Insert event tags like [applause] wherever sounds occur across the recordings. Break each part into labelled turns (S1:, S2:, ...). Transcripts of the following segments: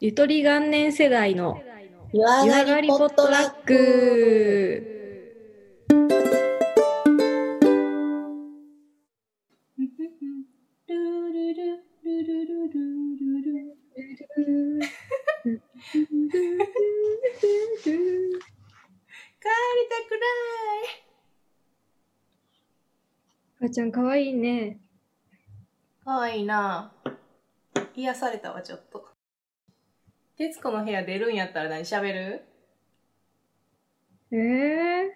S1: ゆとり元年世代の
S2: 湯上
S1: 湯
S2: が
S1: 上が
S2: り
S1: り
S2: ポ
S1: ポ
S2: ッ
S1: ッ
S2: ト
S1: ト
S2: ラ
S1: ラ
S2: ッ
S1: ッ
S2: ク。
S1: ク。
S3: [laughs] 帰りたくない
S1: 母ちゃん可愛いね。
S3: かわいいな癒されたわちょっと徹子の部屋出るんやったら何喋る
S1: ええ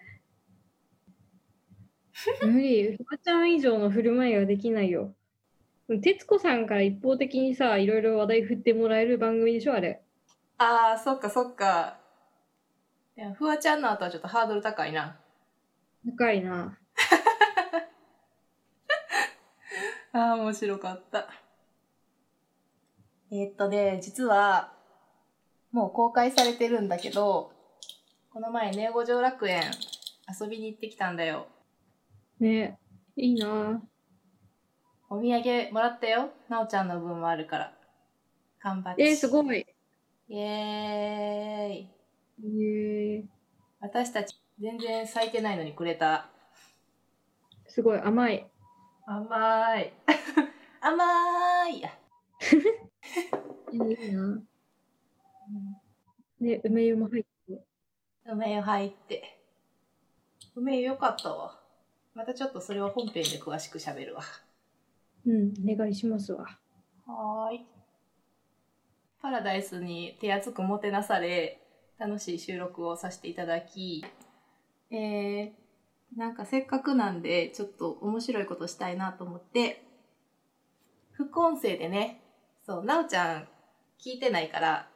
S1: ー。無理、母ちゃん以上の振る舞いができないよ。徹子さんから一方的にさ、いろいろ話題振ってもらえる番組でしょ、あれ。
S3: あーそっかそっかいやフワちゃんの後はちょっとハードル高いな
S1: 高いな。
S3: あー面白かったえーっとね実はもう公開されてるんだけどこの前ネ五条楽園遊びに行ってきたんだよ
S1: ねいいな。
S3: お土産もらったよなおちゃんの分もあるから頑張って
S1: えー、すごい。
S3: イエーイ
S1: えー、
S3: 私たち全然咲いてないのにくれた
S1: すごい甘い。
S3: 甘い [laughs] 甘いや、
S1: いいな。ね梅湯も入ってる。
S3: 梅湯入って梅湯よかったわまたちょっとそれは本編で詳しく喋るわ
S1: うん、お願いしますわ。
S3: はーいパラダイスに手厚くもてなされ楽しい収録をさせていただきえー、なんかせっかくなんでちょっと面白いことしたいなと思って副音声でねそうなおちゃん聞いてないから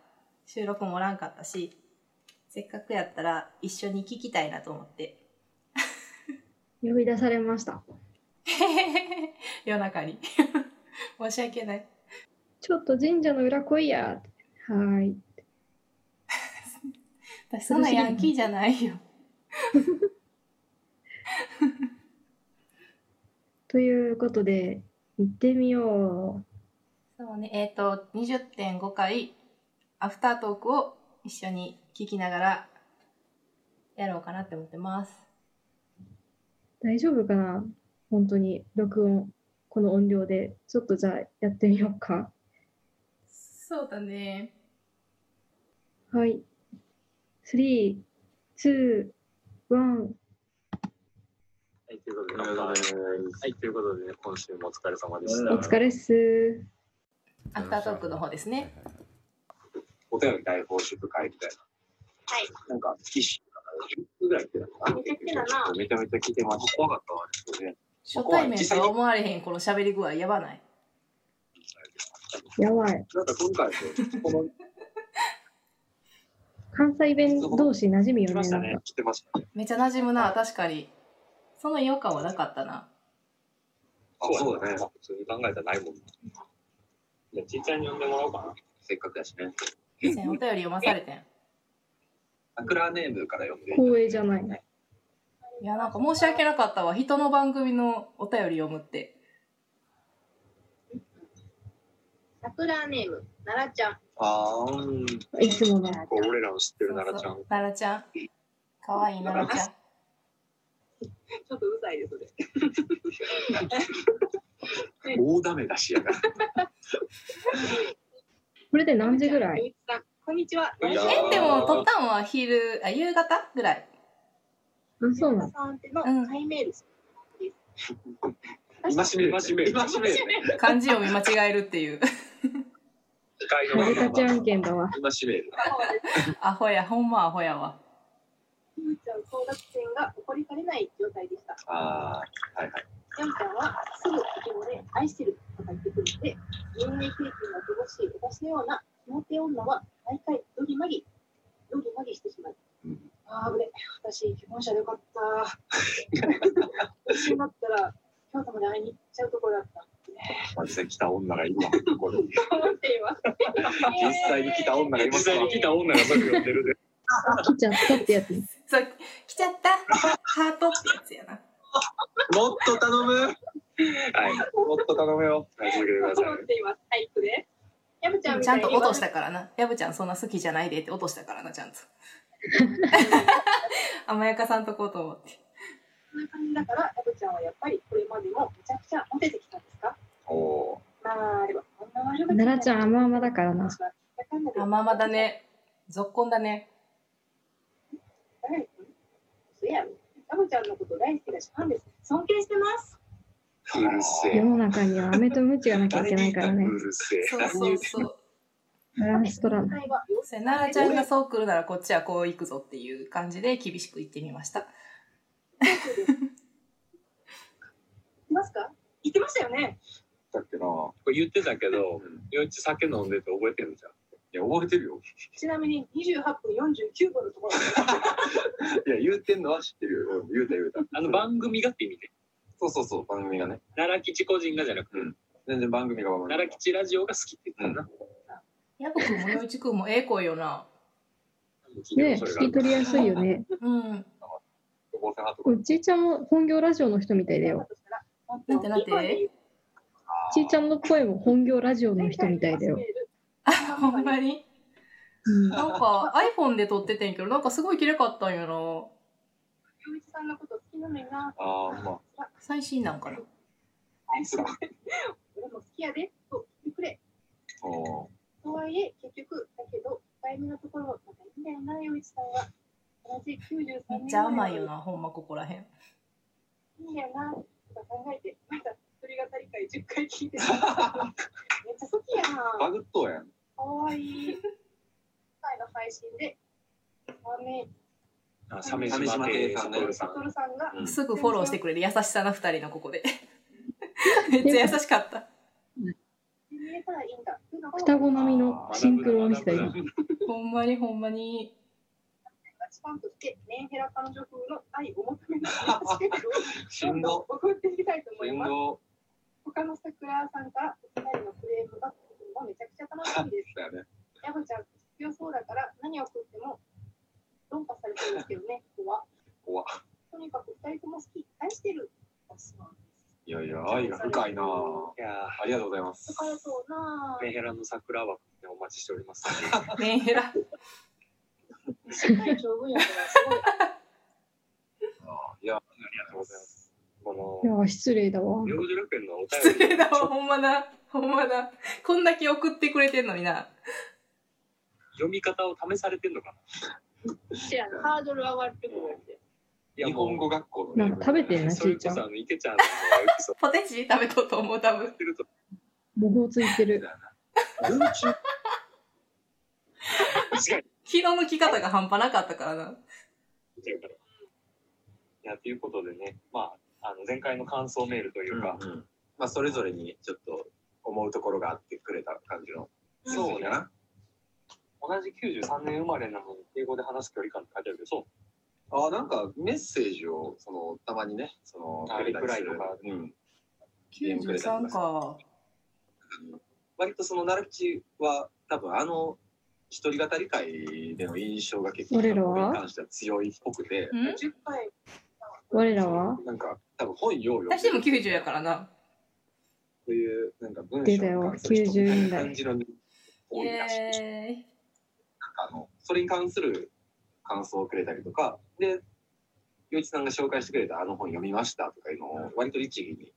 S3: 収録もおらんかったしせっかくやったら一緒に聞きたいなと思って
S1: 呼び出されました。
S3: 夜中に [laughs] 申し訳ない
S1: ちょっと神社の裏来いや。はーい。
S3: 私そんなヤンキーじゃないよ
S1: ということで、行ってみよ
S3: そうね、えっ、と、20.5回アフタートークを一緒に聞きながらやろうかなって思ってます。
S1: う。大丈夫かな本当に、録音、この音量で。ちょっとじゃあやってみようか。
S3: そうだね。
S1: はい。3、2、1。
S4: はい、ということで、はい、ということでね、今週もお疲れ様でした。
S1: お疲れっす。
S3: アフタートークの方ですね。
S4: お便り大放出会みたいな。
S2: はい。
S4: なんか、一週かな、10分ぐらい行ってたかな。めちゃめちゃ来てました。怖かったわ、ちょっとね。
S3: 初対面とは思われへんこの喋り具合やばない。
S1: やばい。
S4: なんか今回ね、この、
S1: 関西弁同士馴染み
S4: 来
S1: よ
S4: ま
S1: ね。
S4: した
S1: なん
S4: ね
S1: か。
S4: 来てましたね。
S3: めちゃ馴染むな、確かに。その違和感はなかったな。
S4: あ、そうだね。普通に考えたらないもん。じゃあ、ちいちゃんに呼んでもらおうかな。せっかくだしね。
S3: 以前お便り読まされてん。
S4: 桜ネームから呼んで。
S1: 光栄じゃない。
S3: いや、なんか申し訳なかったわ。人の番組のお便り読むって。
S2: 桜ネーム、奈良ちゃん。
S4: あー、うん。
S1: いつもの。
S4: こう俺らの知ってる奈良ちゃん。
S3: 奈良ちゃん。かわいい奈良ちゃん。
S2: ちょっとうざいですね。
S4: 大ダメ出しやから。
S1: これで何時ぐらい
S2: ゆうきさんこんにちは。
S4: いや
S3: え、でも撮ったんは昼、あ、夕方ぐらい。
S1: あ、そうなの。
S2: さんっての
S3: うん
S2: 解明です。
S4: [laughs] 今しめる。今しめる。今しめる。
S3: 漢字を見間違えるっ
S2: [laughs]
S3: ていう
S1: やりかち案件だわ。
S4: 今閉めるな。
S3: アホやほんまアホやわ
S2: ゆうちゃん争奪戦が起こりかねない状態でした。
S4: ああ、はいはい。
S2: やんちゃんはすぐ口語で愛してるとか言ってくるので、人間経験が乏しい私のようなモテ女は毎回ドギマギ、ドギマギしてしまう。
S4: うん
S2: ああ、危ねえ、私、既婚者でよ
S1: [laughs]
S2: かった。私になったら、京都まで会いに行っちゃうところだった。
S4: 実際来た女が今、ここに。
S2: 思っています。
S4: 実際に来た女が今、実際に来た女がそれを呼んでるで。
S1: 来ちゃったってやつ。
S3: そう来ちゃったハートってやつやな
S4: もっと頼む。はい、もっと頼むよ。はい続けてください。
S2: 思っています。はい、行くで。えやぶち
S3: で
S2: ゃん
S3: も
S2: み
S3: ち
S2: た
S3: ゃ
S2: い
S3: ん
S2: に
S3: と
S2: 言わ
S3: 落
S2: れ
S3: としたからな。やぶちゃんそんな好きじゃないでって落としたからな、ちゃん
S2: [laughs]
S3: と。甘やかさんとこうと思って。
S2: そんな感じだから、やぶちゃんはやっぱりこれまでもめちゃくちゃモテてきたんですか
S5: おお
S2: まあ、でも、こんな悪口
S1: 奈良ちゃん甘々だからな。
S3: 甘々だ。ね。ぞっこんだね。
S2: 誰うんそうや、ラムちゃんのこと大好きだし、ファンです。尊敬してます。
S5: ーうるせ
S1: 世
S5: え
S1: の中には飴とムチがなきゃい
S5: 誰
S1: けない
S5: に言っ
S1: か
S5: た
S1: ら
S5: う
S1: ね。
S5: るせえ
S3: そう
S5: 誰
S3: そ
S5: に言っ
S3: う
S5: た
S3: そう。
S1: バランス取らない。
S2: 今回は妖
S3: せならちゃんがそう来るならこっちはこう行くぞっていう感じで厳しく言ってみました。
S2: 精です。いますか言ってましたよね。
S5: だっけなこれ言ってたけど幼稚酒飲んでて覚えてるじゃんいや覚えてるよ
S2: ちなみに28分49分のところ
S5: いや言うてんのは知ってるよ言うた言うたあの番組がって意味で
S4: そうそうそう、番組がね。
S5: 奈良吉個人がじゃなくて、
S4: 全然番組が番組が
S5: 奈良吉ラジオが好きって言ったな、
S3: やぶくんもよいちくんもええ子よな。
S1: ね
S5: それ
S1: 聞
S5: が
S1: き取りやすいよね。
S3: うん。
S4: 高専派とか。
S1: うんちーちゃんも本業ラジオの人みたいだよ。
S2: なん
S3: てなんて
S1: ちーちゃんの声も本業ラジオの人みたいだよ。。
S3: ほんまに。
S1: うん
S3: なんか iPhone で撮っててんけど、なんかすごい綺麗かったんやな。
S2: 洋一さんのこと好きなのにな。
S4: ああ、ま
S3: 最新なんかな。
S2: あいつら。俺も好きやで。と言ってくれ。
S4: あ。お
S2: とはいえ、結局、だけど、控えめなところ、またいいんだよな、洋一さんは。同じ93年
S3: めっちゃ甘いよな、ほんまここらへん。
S2: いいやなとか考えて、また一人語り会10回聞い
S4: [laughs]
S2: てた。めっちゃ好きや
S4: ー
S2: な。
S4: バグっとうやん。
S2: かわいい。今回の配信で、あめ、
S5: あ鮫島亭さんね
S2: サトルさんが、
S4: うん
S3: すぐフォローしてくれる優しさな2人のこ [laughs] こで。めっちゃ優しかった。
S2: 見えたらいいんだ。っていうのが
S1: 双子並みのシンクロみたいな。
S3: ほんまにほんまに。
S2: ガチファンとして、メンヘラ彼女風の愛を求めながら、
S4: しんど。
S2: 送っていきたいと思
S4: し
S2: い
S4: ん
S2: ます。
S4: ど。
S2: 他の桜さんから、お二人のクレームが来るのもめちゃくちゃ楽しみです。
S4: だよね。
S2: ヤブちゃん、強そうだから何を食っても論破されてるんですけどね、ここは。
S4: 怖っ
S2: とにかく二人とも好き、愛してる。そう
S4: いやいや、愛が深いなぁ
S5: いや
S4: ありがとうございます。
S2: かそうな
S5: ーメヘラの桜はお待ちしております、
S3: メンヘラ。
S2: ぁ。しっかり長文やから、すごい。
S4: いや、あ
S5: りが
S4: りがとうございま。す。
S5: こ
S1: い
S5: の
S1: やー、失礼だわ。
S5: 幼児楽園のお
S3: 失
S5: 便り
S3: 礼だわ、ほんまな。ほんまな。こんだけ送ってくれてんのにな。
S5: 読み方を試されてんのかな
S2: [laughs] 知らんハードル上がってくるんで。
S5: いや
S4: 日本語学校の
S1: なんか食べてん
S5: もう
S1: な、
S5: そ
S1: ちー
S5: れこ
S1: ちゃ
S5: そ
S1: ん。
S5: あの池ちゃんのエピソー
S3: ポテチ食べとうと思う、多分
S5: ド。してると
S1: 模倣ついてる。
S4: 文中
S5: 間違
S3: 気の抜き方が半端なかったからな。
S5: えてるからいやということでねまああの前回の感想メールというか、
S4: うんまあ、それぞれにちょっと思うところがあってくれた感じの。
S5: そうね
S4: やな。
S5: 同じ93年生まれなのに英語で話す距離感って書いてあるけどそう
S4: あーなんかメッセージをそのたまにね、その
S5: あ
S4: くれたりする
S5: リプライとか
S4: うん、
S3: 93か。
S4: 割とその奈良吉は多分あの一人語り会での印象が結構
S1: 俺らは
S4: 僕に関しては強いっぽくて
S3: ん
S2: 10回。
S1: 我らは
S4: なんか多分本よう
S3: 私でも90やからな。
S4: というなんか文章
S1: 出たよ
S4: に関する人みたいな感じの
S3: イ
S4: 多いらしいです
S3: エ
S4: なんかあのそれに関する感想をくれたりとかで洋一さんが紹介してくれたあの本読みましたとかいうのを割と律儀に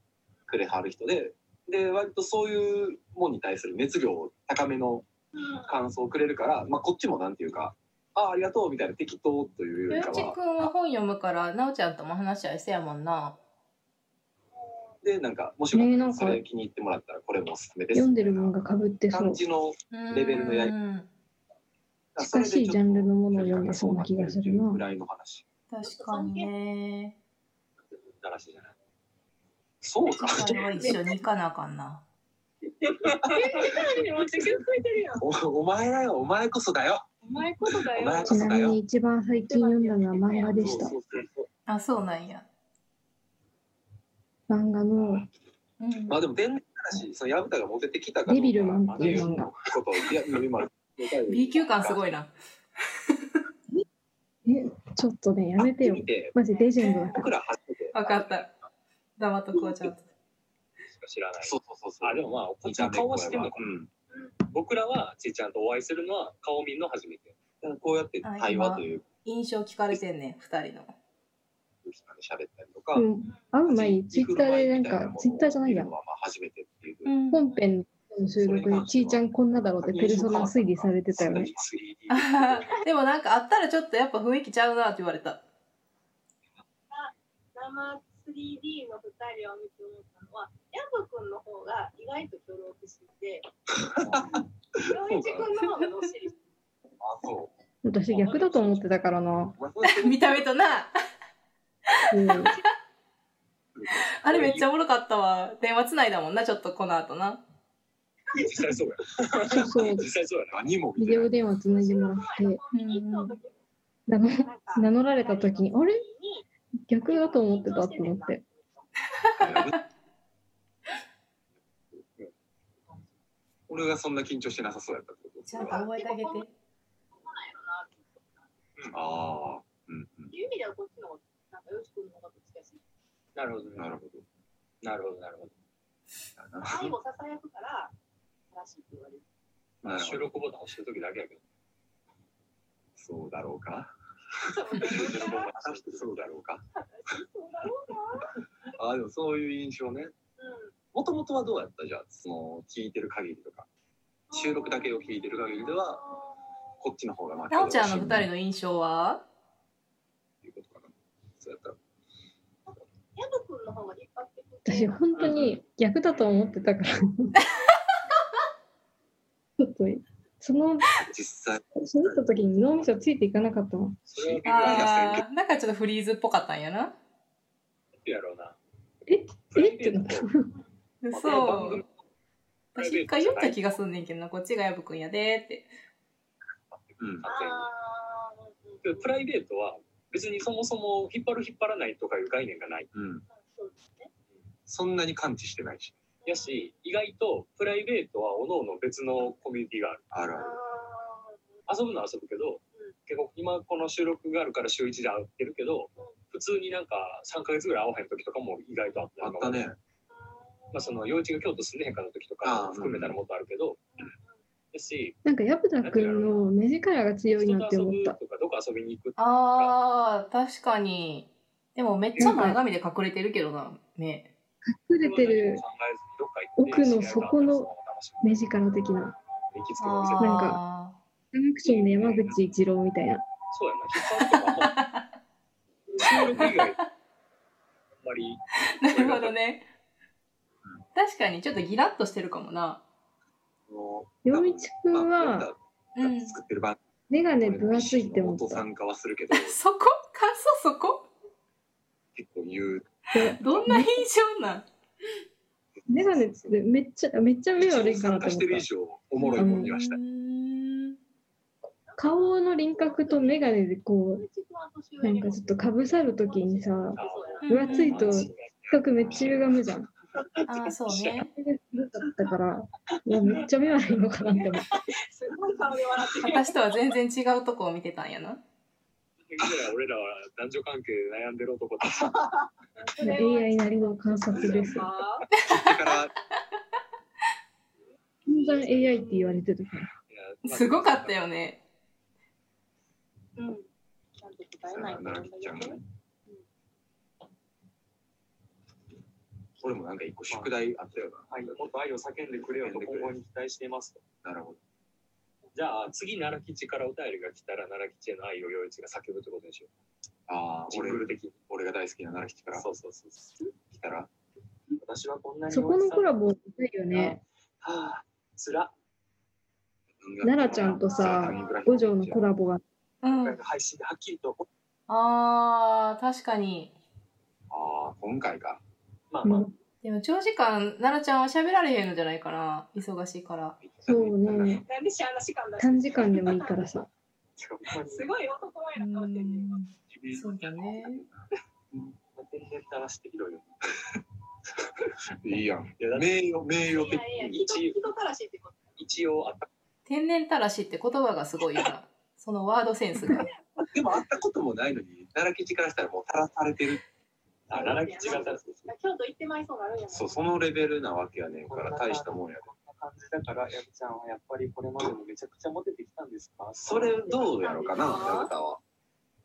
S4: くれはる人でで割とそういうもんに対する熱量高めの
S2: うん。
S4: 感想をくれるから、まあ、こっちもなんていうかああありがとうみたいな適当という
S3: ーイ。よ
S4: より
S3: い
S4: か
S3: ち
S4: は
S3: くんは本読むから、なおちゃんとも話し合いせやもんな。
S4: でなんかもしも
S1: ねなんか
S4: それ気に入ってもらったらこれもおすすめです
S1: 読んでるもんがかぶってそ
S4: 感
S1: う。
S4: じの
S3: うーん
S4: レベルのやり
S1: 近しいジャンルのものを読んでそうな気がするな
S4: ぐらいの話
S3: 確かにね。
S5: だらしいじゃない
S4: そうか
S3: 次回は一緒に行かなあかんな。
S2: めっちゃ [laughs] 気をついてるやん。
S4: おお [laughs] 前だよお前こそだよ
S2: お前こそだよ。
S4: お前
S1: ちなみに一番最近読んだのは漫画でした
S4: そう。そうそうそう
S3: [laughs] あ、そうなんや。
S1: 漫画の
S3: うん
S4: まあでも天然話その薮田がモテてきたか
S1: デビルマン
S4: ま
S1: っ
S4: だ
S1: ていう
S4: 言う
S1: 漫画
S4: ことをいや今
S3: B 級感すごいな。
S1: え、ちょっとね、やめてよ
S4: 会っ。て
S1: マジレジェンドだ
S4: み
S1: から。
S4: 僕ら初めて
S3: わかった。黙っとこう、ちゃんと。
S5: しか知らない
S4: そうそうそうそう
S5: あでもまあこっちの顔は知ってんのか
S4: うん
S5: 僕らはちいちゃんとお会いするのは顔見んの初めて。
S4: だからこうやって対話という
S3: 印象聞かれてんねん二人の
S4: 空気感で喋ったりとか、
S1: うん、会う前にツイッターでなんか、ツイッターじゃないや
S4: ま、あ初めてっていう。
S3: ん [laughs]
S1: 本編の収録にちいちゃんこんなだろうってペルソナ推理されてたよね。
S3: あーでもなんかあったらちょっとやっぱ雰囲気ちゃうなって言われた
S2: 生 3D の2人を見て思ったのは、ヤンボ君の方が意外と協力してて、洋一君の方がどっしりしてる
S4: あ、そ
S1: 私逆だと思ってたからな。
S3: [laughs]
S4: う。
S3: 見た目とな
S1: うん、
S3: あれめっちゃおもろかったわ電話つないだもんなちょっとこの後な
S5: 実際そうや。
S1: そう
S4: [laughs]
S1: そう
S5: 実。際そうやな。
S4: 何も
S1: ビ
S4: 見て
S1: デ
S4: な
S1: オ
S4: い。
S1: 電話つなぎもらって、名乗名乗られた時に、あれ逆だと思ってたって思って。
S4: 俺がそんな緊張してなさそうやったってこと
S3: ちゃんと覚えてあげて
S4: ああ、うん
S2: っていう意味ではこっちの方が、なんか洋一君の方がどっちかしい。
S5: なるほど、
S4: うん、な
S5: なる
S4: る
S5: ほ
S4: ほど。
S5: ど。なるほど、なるほど。
S2: 愛をささやくから、正しいって言われる。
S5: ま
S4: な
S5: あ、
S4: るほど
S5: 収録ボタン押してる時だけやけど。
S4: そうだろ
S3: [laughs]
S4: うか。
S5: 収録ボタン押してる
S4: そうだろうか。
S2: そうだろうな。
S4: ああ、でもそういう印象ね。
S2: うん。
S4: もともとはどうやったじゃあ、その、聞いてる限りとか、収録だけを聞いてる限りでは、こっちの方がまあ
S3: なおちゃんの二人の印象は
S4: っていうことかな。そうやったら。
S2: ヤンボ君の方が引っ張ってくる。
S1: 私本当に逆だと思ってたから。ちょっと、その、
S4: 実際、
S1: 喋った時に脳みそついていかなかったもん。
S5: それはびっくりした
S3: あーなんかちょっとフリーズっぽかったんやな
S5: やろうな。
S1: え
S5: プラ
S1: え
S5: イ
S1: っ
S5: ベ
S1: て
S5: ー
S1: な
S5: ト
S1: った。
S3: [laughs] そう私一回言った気がすんねんけどなこっちがやぶくんやでって
S4: うん。
S2: ああ。
S5: でプライベートは別にそもそも引っ張る引っ張らないとかいう概念がない。
S4: うん。
S2: そうですね。
S4: そんなに感知してないし。
S5: やし、意外とプライベートはおのの別のコミュニティがある。
S4: ある
S2: あ
S4: ある。
S5: 遊ぶのは遊ぶけど、結構今この収録があるから週1で会ってるけど、普通になんか3ヶ月ぐらい会わへん時とかも意外とあった
S4: あった。ね。
S5: まあその幼稚が京都住んでへんかった時と
S4: あ
S5: か
S4: ー
S5: 含めたらもっとあるけど、やし、
S1: なんか、ヤブダ君の目力が強い
S5: 人と遊
S1: なって思っ
S5: ぶと
S1: た
S5: か。どこ遊びに行くとか
S3: あー確かにでもめっちゃ前髪で隠れてるけどな目
S1: 隠れてる
S5: 考えずにどっか行っ
S1: 奥
S5: て
S1: の底の目力的な。
S5: 行きつけのお店とか
S1: なん
S3: あ
S1: アクションの山口一郎みたいな。
S5: そうやな、引っ張るとかも、収録以外、あんまり、
S3: ーなるほどね確かにちょっとギラッとしてるかもな
S1: 洋一くんは、、
S3: うん
S4: 作ってる番
S1: メガネ分厚いって思っ
S4: 元
S1: た。
S4: 参加はするけど、
S3: そこ感想そこ
S4: 結構言う。
S1: で
S3: どんな印象なん
S1: メガネってめっちゃ、めっちゃ目悪いかなと思
S4: 参加し
S1: って
S4: る以
S1: た。
S4: 上、おもろいもんにはした
S3: うー。ん
S1: 顔の輪郭とメガネでこう、なんかちょっとかぶさるときにさ、分厚いと深くめっちゃ歪むじゃん。
S3: あーそうね
S1: それで古かったから、いや、めっちゃ目悪いのかなって思った。
S2: すごい顔で笑ってる。
S3: 私とは全然違うとこを見てたんやな
S5: 俺らは男女関係で悩んでる男たち。
S1: AI なりの観察です。だ
S4: だから、
S1: んだん AI って言われてるから。
S5: いやまあ
S3: すごかったよね
S2: うん。ちゃんと答えないと
S4: 奈良吉ちゃんがね。俺もなんか一個宿題あったよ
S5: はい、もっと愛を叫んでくれよと今後に期待していますと。
S4: な。なるほど。
S5: じゃあ、次、奈良吉からお便りが来たら、奈良吉への愛を陽一が叫ぶってことでしょ
S4: ああ、
S5: ジン
S4: 俺
S5: グル的に。
S4: 俺が大好きな奈良吉から
S5: そうそうそうそう。
S4: 来たら、
S5: 私はこんなに
S1: そこのコ
S5: は
S1: ラボ、ないよね。
S5: あ、つら。
S1: 奈良ちゃんとさ、五条のコラボが。
S3: うん
S5: 配信ではっきりと。
S3: あー確かに
S4: ああ、今回か。
S5: まあまあ、
S3: でも長時間奈々ちゃんは喋られへんのじゃないかな忙しいから
S1: そうね。
S2: なんでしあんな時間だ
S1: 短時間でもいいからさ。
S2: すごい男
S3: [laughs]
S2: 前な顔してる。
S3: そうだね
S5: 天然たらしてひどいよ。
S4: いいやん。
S5: いや、だって
S4: 名誉、名
S2: いや
S4: 誉
S2: い
S4: 的。
S2: や、人人たらしいってこと。
S5: 一応あった。
S3: 天然たらしって言葉がすごいよな [laughs] そのワードセンスが
S4: でも会ったこともないのに、奈良吉からしたらもう垂らされてる。
S5: あ、奈良吉がたら
S2: 京都行ってまいそうなるんや
S4: そう、そのレベルなわけやねんから、大したもんやで。
S6: 感じだから、やみちゃんはやっぱりこれまでもめちゃくちゃモテてきたんですか
S4: それどうやろうかな、矢蓋は。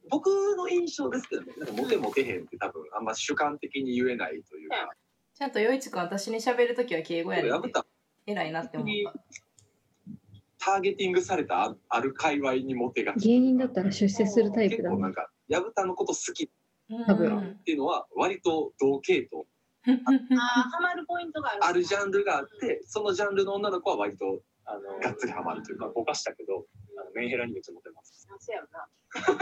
S4: 僕の印象ですけどね、なんかモテモテへんって多分あんま主観的に言えないというか、
S3: ちゃんとよいちくん私に喋るときは敬語やね
S4: 矢
S3: んて
S4: 蓋
S3: 偉いなって思った
S4: ターゲティングされたあある界隈にモテがち。
S1: 芸人だったら出世するタイプ
S4: 結
S1: だ
S4: 構な
S1: ね
S4: んか、矢蓋のこと好きっ
S3: うん
S1: 多分
S3: うん
S4: ていうのは割と同系統。
S2: あーハマるポイントがある。
S4: あるジャンルがあって、そのジャンルの女の子は割と
S5: あ
S4: が
S5: の
S4: っつりハマるという
S5: まあ
S4: か、
S5: ぼかしたけどあのメンヘラにめっちゃモテます
S2: あそうやろな。そ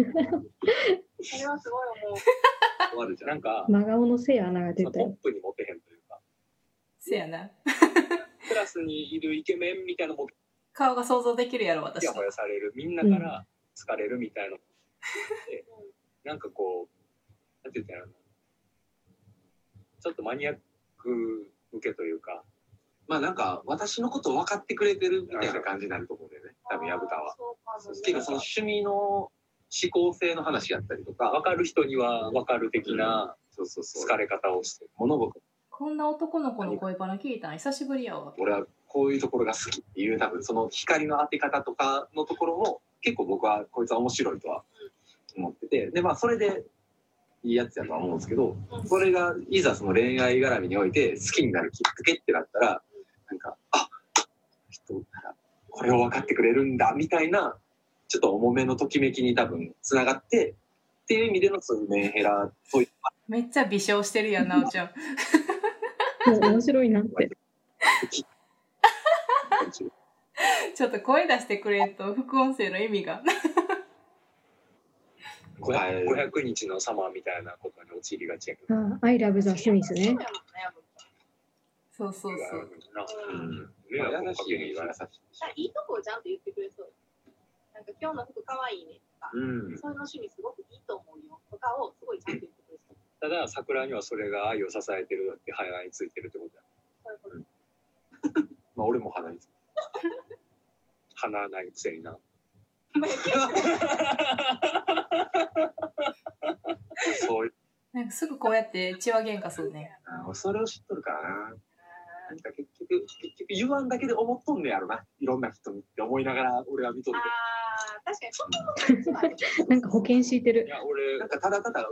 S2: れはすごい思う。
S4: 終わるじゃ。
S5: なんんか
S1: 真顔のせい穴が
S5: そ
S1: 出
S5: の
S1: て
S5: トッ
S1: る
S5: プにモテへんというか
S3: [laughs] せやな
S5: クラスにいるイケメンみたいなも
S3: 顔が想像できるやろ
S5: ち
S3: 私
S5: や
S3: と
S5: ほやされるみんなから好かれるみたいな、でなんかこうなんて言ったらいいのちょっとマニアック向けというか
S4: まあなんか、私のこと分かってくれてるみたいな感じになると思うんだよね、多分矢蓋は。
S2: そうかもね。
S4: 結構その趣味の思考性の話やったりと
S5: 分
S4: か、
S5: かる人には分かる的な
S4: そうそうそう。
S5: 好かれ方をしてる
S4: 物僕、
S3: こんな男の子の恋バナ聞いたん久しぶりやわ
S4: 俺はこういうところが好きっていう、多分その光の当て方とかのところも、結構僕はこいつは面白いとは思ってて、で、まあそれで、いいやつやとは思うんですけど、それがいざその恋愛絡みにおいて好きになるきっかけってなったら、なんか、あ人なんかこれを分かってくれるんだ、みたいな、ちょっと重めのときめきに多分つながって、っていう意味でのそのメンヘラという
S3: めっちゃ微笑してるやんなおちゃん
S1: もう面白いなって
S4: 感じ。
S3: ちょっと声出してくれんと副音声の意味が
S4: 答え
S5: 500, 500日のサマーみたいなことに陥りがちやけど、
S1: あアイラブザスミスね
S2: そうやもんね
S3: そうそう
S5: な
S3: そう
S4: うん
S5: 迷惑も
S4: 優
S5: か
S4: しい
S5: けへん
S4: ね優し
S5: し
S4: い。
S2: なんかいいとこをちゃんと言ってくれそう。なんか今日の服可愛いねとか、
S4: うん。
S2: そういうの趣味すごくいいと思うよとかをすごいちゃんと言ってくれそう。
S5: ただ桜にはそれが愛を支えてるって肺がについてるってことや
S2: そういうこと。
S4: まあ俺も鼻につく。
S5: 鼻ないくせにな
S4: そういう。
S3: なんかすぐこうやって血は喧嘩するね
S4: あそれを知っとるからな。なんか結局、結局言わんだけで思っとんねやろな。いろんな人にって思いながら俺は見とるけ
S2: ああ、確かにそのことも一番ある。
S1: なんか保険敷いて
S5: い
S1: る
S5: や
S4: ど。
S5: 俺
S4: なんかただただ、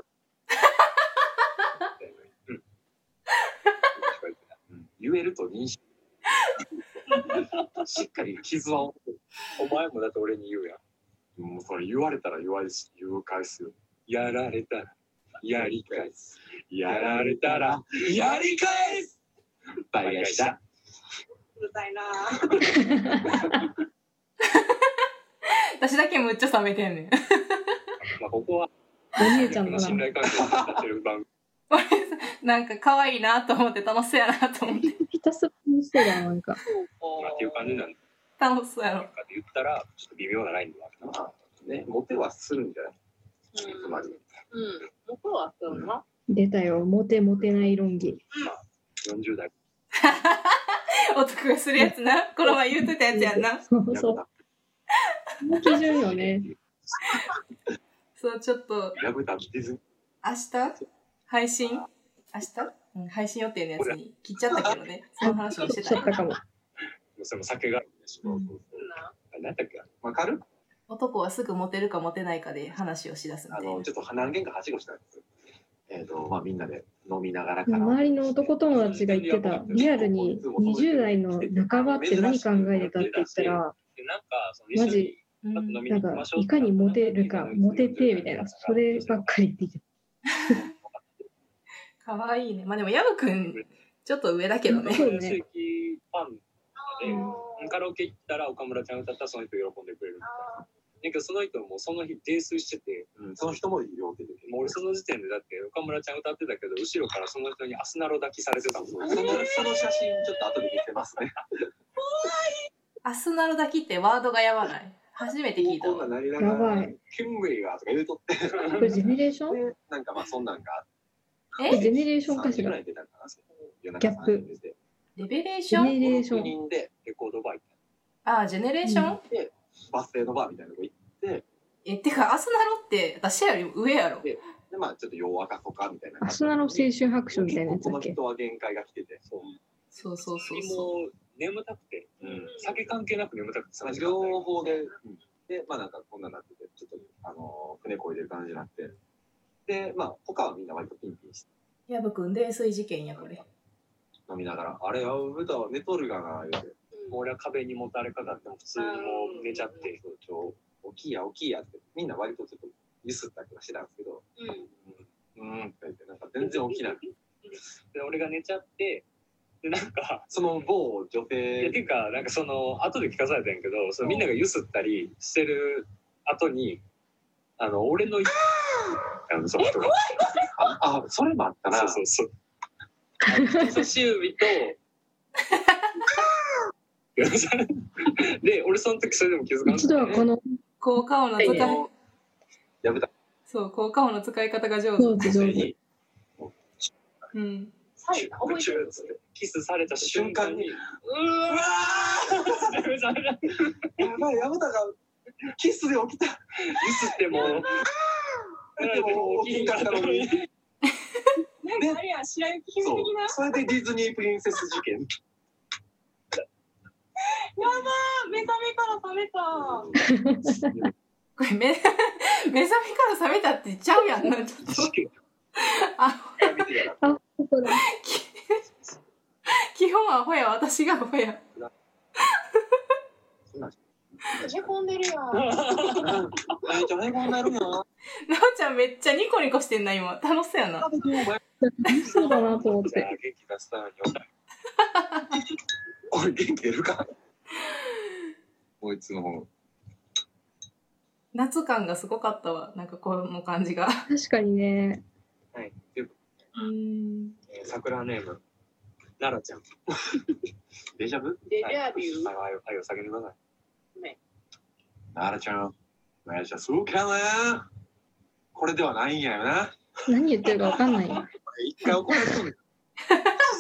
S4: うん言えると認識。しっかり傷は負ってる
S5: お前もだって俺に言うやん
S4: もうそれ言われたら言われし、言う返すよ。
S5: やられたらやり返す
S4: やられたら、やり返す倍返しだ。
S2: うるさいなぁ。
S3: 私だけむっちゃ冷めてんねん
S5: まあここは
S1: お姉ちゃんだな
S5: 信頼関係を立てる番組
S3: なんか可愛いなと思って楽しそうやなと思って
S1: ひたすら面白いななんか
S5: まあっていう感じなんで
S3: 楽しそうやろ
S5: かで言ったらちょっと微妙なラインではあるな
S4: まあね、モテはするんじゃないつまり、
S2: うん。うん。向こうはそうな。
S1: 出たよモテモテない論議
S5: 40代
S3: 男がするやつなこの前言うとったやつやんな
S1: そう
S4: や
S1: そう
S4: ぶた、
S1: その基準よね
S3: そうちょっと
S4: やぶたディズニー
S3: 明日配信明日、うん、配信予定のやつに切っちゃったけどねその話をして
S1: しち
S3: た
S1: ゃったかも
S5: もうそれも酒があるんでしょ、
S3: う
S5: うん何だっけあれ
S4: わかる
S3: 男はすぐモテるかモテないかで話をしだすみ
S4: あ
S3: たいな
S4: の、ちょっと何軒かはしごしたんですよえっ、と、まあみんなで飲みながらから。
S1: 周りの男友達が言ってたリアルに20代の半ばって何考えてたって言ったら
S5: でなんかその
S1: マジ
S3: うん
S5: 飲み
S1: なん
S5: に行き
S1: か
S5: ましょう
S1: いかにモテるかモテてみたいなそればっかり言ってき
S3: かわいいねまあでもヤブくんちょっと上だけどね
S1: そうね
S5: 親戚ファンで
S2: うん
S5: カラオケ行ったら岡村ちゃん歌ったらその人喜んでくれるみたいな。だけどその人もその日泥酔してて、
S4: うん、その人も両手で。
S5: もう俺その時点でだって岡村ちゃん歌ってたけど、後ろからその人にアスナロ抱きされてたもん。
S4: そのその写真ちょっと後で見せますね。
S3: アスナロだけってワードがやばない初めて聞いた
S4: 高校
S3: わ
S4: がなりな
S1: た
S4: が
S1: やば
S4: ら
S1: い、
S4: キュンウェイがとか言うとって、
S1: これジェネレーションこ
S4: でなんかまあそんなんが、
S1: れ
S3: え
S1: ジェネレーション
S4: 3
S1: か
S4: 人
S1: し
S4: ぐ
S1: ら
S4: らい出たんかな、
S1: ギャップ
S4: 夜中三人で
S3: レベレー
S1: ジ
S3: シ
S1: ェ
S3: ョ
S1: ネ
S3: ン
S1: レーショ
S4: 6
S1: ン
S4: 人で
S5: レコードバー行っ
S3: ああジェネレーション、
S4: バス停のバーみたいなとこ行っ
S3: えてかアスナロって私らより上やろ
S4: て、まあちょっと夜明かそうかみたいな感
S1: ア
S4: じ
S1: ス
S4: で。
S1: ナの青春白書みたいなやつ
S4: こ
S1: だ
S4: の
S1: っけ
S4: 人は限界が来てて、
S5: そう
S3: そうそうそう
S5: 君
S3: そ
S5: も眠たくて、
S4: うん
S5: 酒関係なく眠たくて、3時間ぐらい
S4: 両方で、で、まあなんかこんなんなってて、ちょっと、あのー、船こいでる感じになって、で、まあ、他はみんな割とピンピンして
S3: やぶくん泥酔事件やこれ
S4: 飲みながら、あれ、あ歌は寝とるがな、言うて、
S5: もう俺は壁にもたれかかっても普通にもう寝ちゃって、
S4: ちょ、起きいや、起きいやって、みんな割とちょっとゆすったりはしてたんですけど、うん、うーんって言って、なんか全然起きない。
S5: で俺が寝ちゃって、でなんか、
S4: その某女
S5: いやて
S4: 性、
S5: いうか、なんかその、後で聞かされたんやけど、そのみんながゆすったりしてる後に、あの、俺の、あの、その人が、
S4: あ、あそれもあったな。
S5: そうそうそう。あの人差し指 [laughs] と、で、俺その時それでも気づかなかった
S1: 一度はこの
S3: 効果音の使
S1: はいい
S3: い
S4: やぶた
S3: そう効果音の使い方が上手
S1: 上手上 [laughs] 手。
S4: に、
S3: うん
S2: 最後覚え
S5: チ
S2: て
S5: ュー
S2: る
S5: っつってキスされた瞬間に、う
S4: うわ
S5: わーめ [laughs] ちゃめちゃゆ
S4: ーやばい、やぶたが、キスで起きた。
S5: すっても、
S4: でも起きんかったのに。
S2: なんかあれや白雪姫
S4: そう
S2: 的な。や
S4: それでディズニープリンセス事件。
S2: ばー目覚めから覚めた
S3: これ [laughs] 目目覚めから覚めたってちゃうやんなちょっと [laughs] あ
S1: ところ
S3: 基本アホや私がアホや
S2: へこんでるやん
S4: 大丈夫、こうなるの。
S3: なおちゃんめっちゃニコニコしてんな今楽しそうやな
S1: そうだなと思っ
S5: じゃあ
S1: て。
S5: 元気出すために
S4: おい、元気出るか。こいつの方。
S3: 夏感がすごかったわなんかこの感じが
S1: 確かにね。
S5: はい、というこ
S3: うん
S5: とで、桜ネーム、奈良ちゃん。
S4: デジャブ。
S2: デジ
S5: はい、は
S2: ャ
S5: い
S2: ビュー、
S5: はい、お下げてください。
S4: ならちゃん。お願いします。そうかな。これではないんやよな。
S1: 何言ってるかわかんないよ。
S4: 一回怒られそう。 [laughs]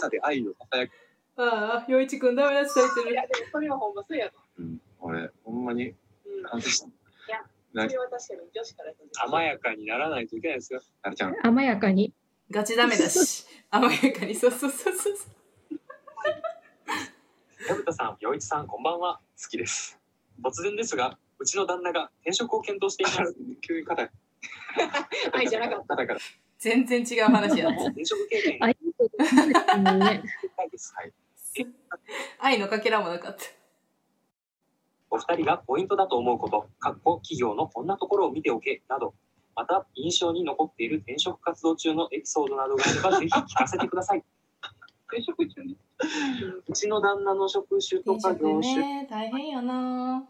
S4: さで愛をささやく。
S3: ああ陽一くんダメだって言って
S2: い
S3: る
S2: やでもそれはほんまそうやと、
S4: うん、俺、ほんまに
S2: うん、
S4: 反省した。
S2: それは確かに女子からすると
S5: 甘やかにならないといけないですよ。
S4: なるちゃん。
S1: 甘やかに。
S3: ガチダメだし甘やかにそうそうそうそう
S5: 矢蓋さん、洋一さん、こんばんは。好きです。突然ですが、うちの旦那が転職を検討して
S3: [laughs]
S5: います。
S4: 急に硬い。
S2: 愛じゃなかった
S4: 硬いから。
S3: 全然違う話や [laughs] った
S5: 転職経験
S1: あいいこと言うけどね。
S5: ないです。はい。
S3: 愛のかけらもなかった
S5: お二人がポイントだと思うこと、かっこ企業のこんなところを見ておけなど、また印象に残っている転職活動中のエピソードなどがあ
S3: [laughs]
S5: れば、ぜひ聞かせてください。転職中ね。うちの旦那の職種と
S3: 転
S5: か業
S3: 職
S5: 種
S3: ね大変よな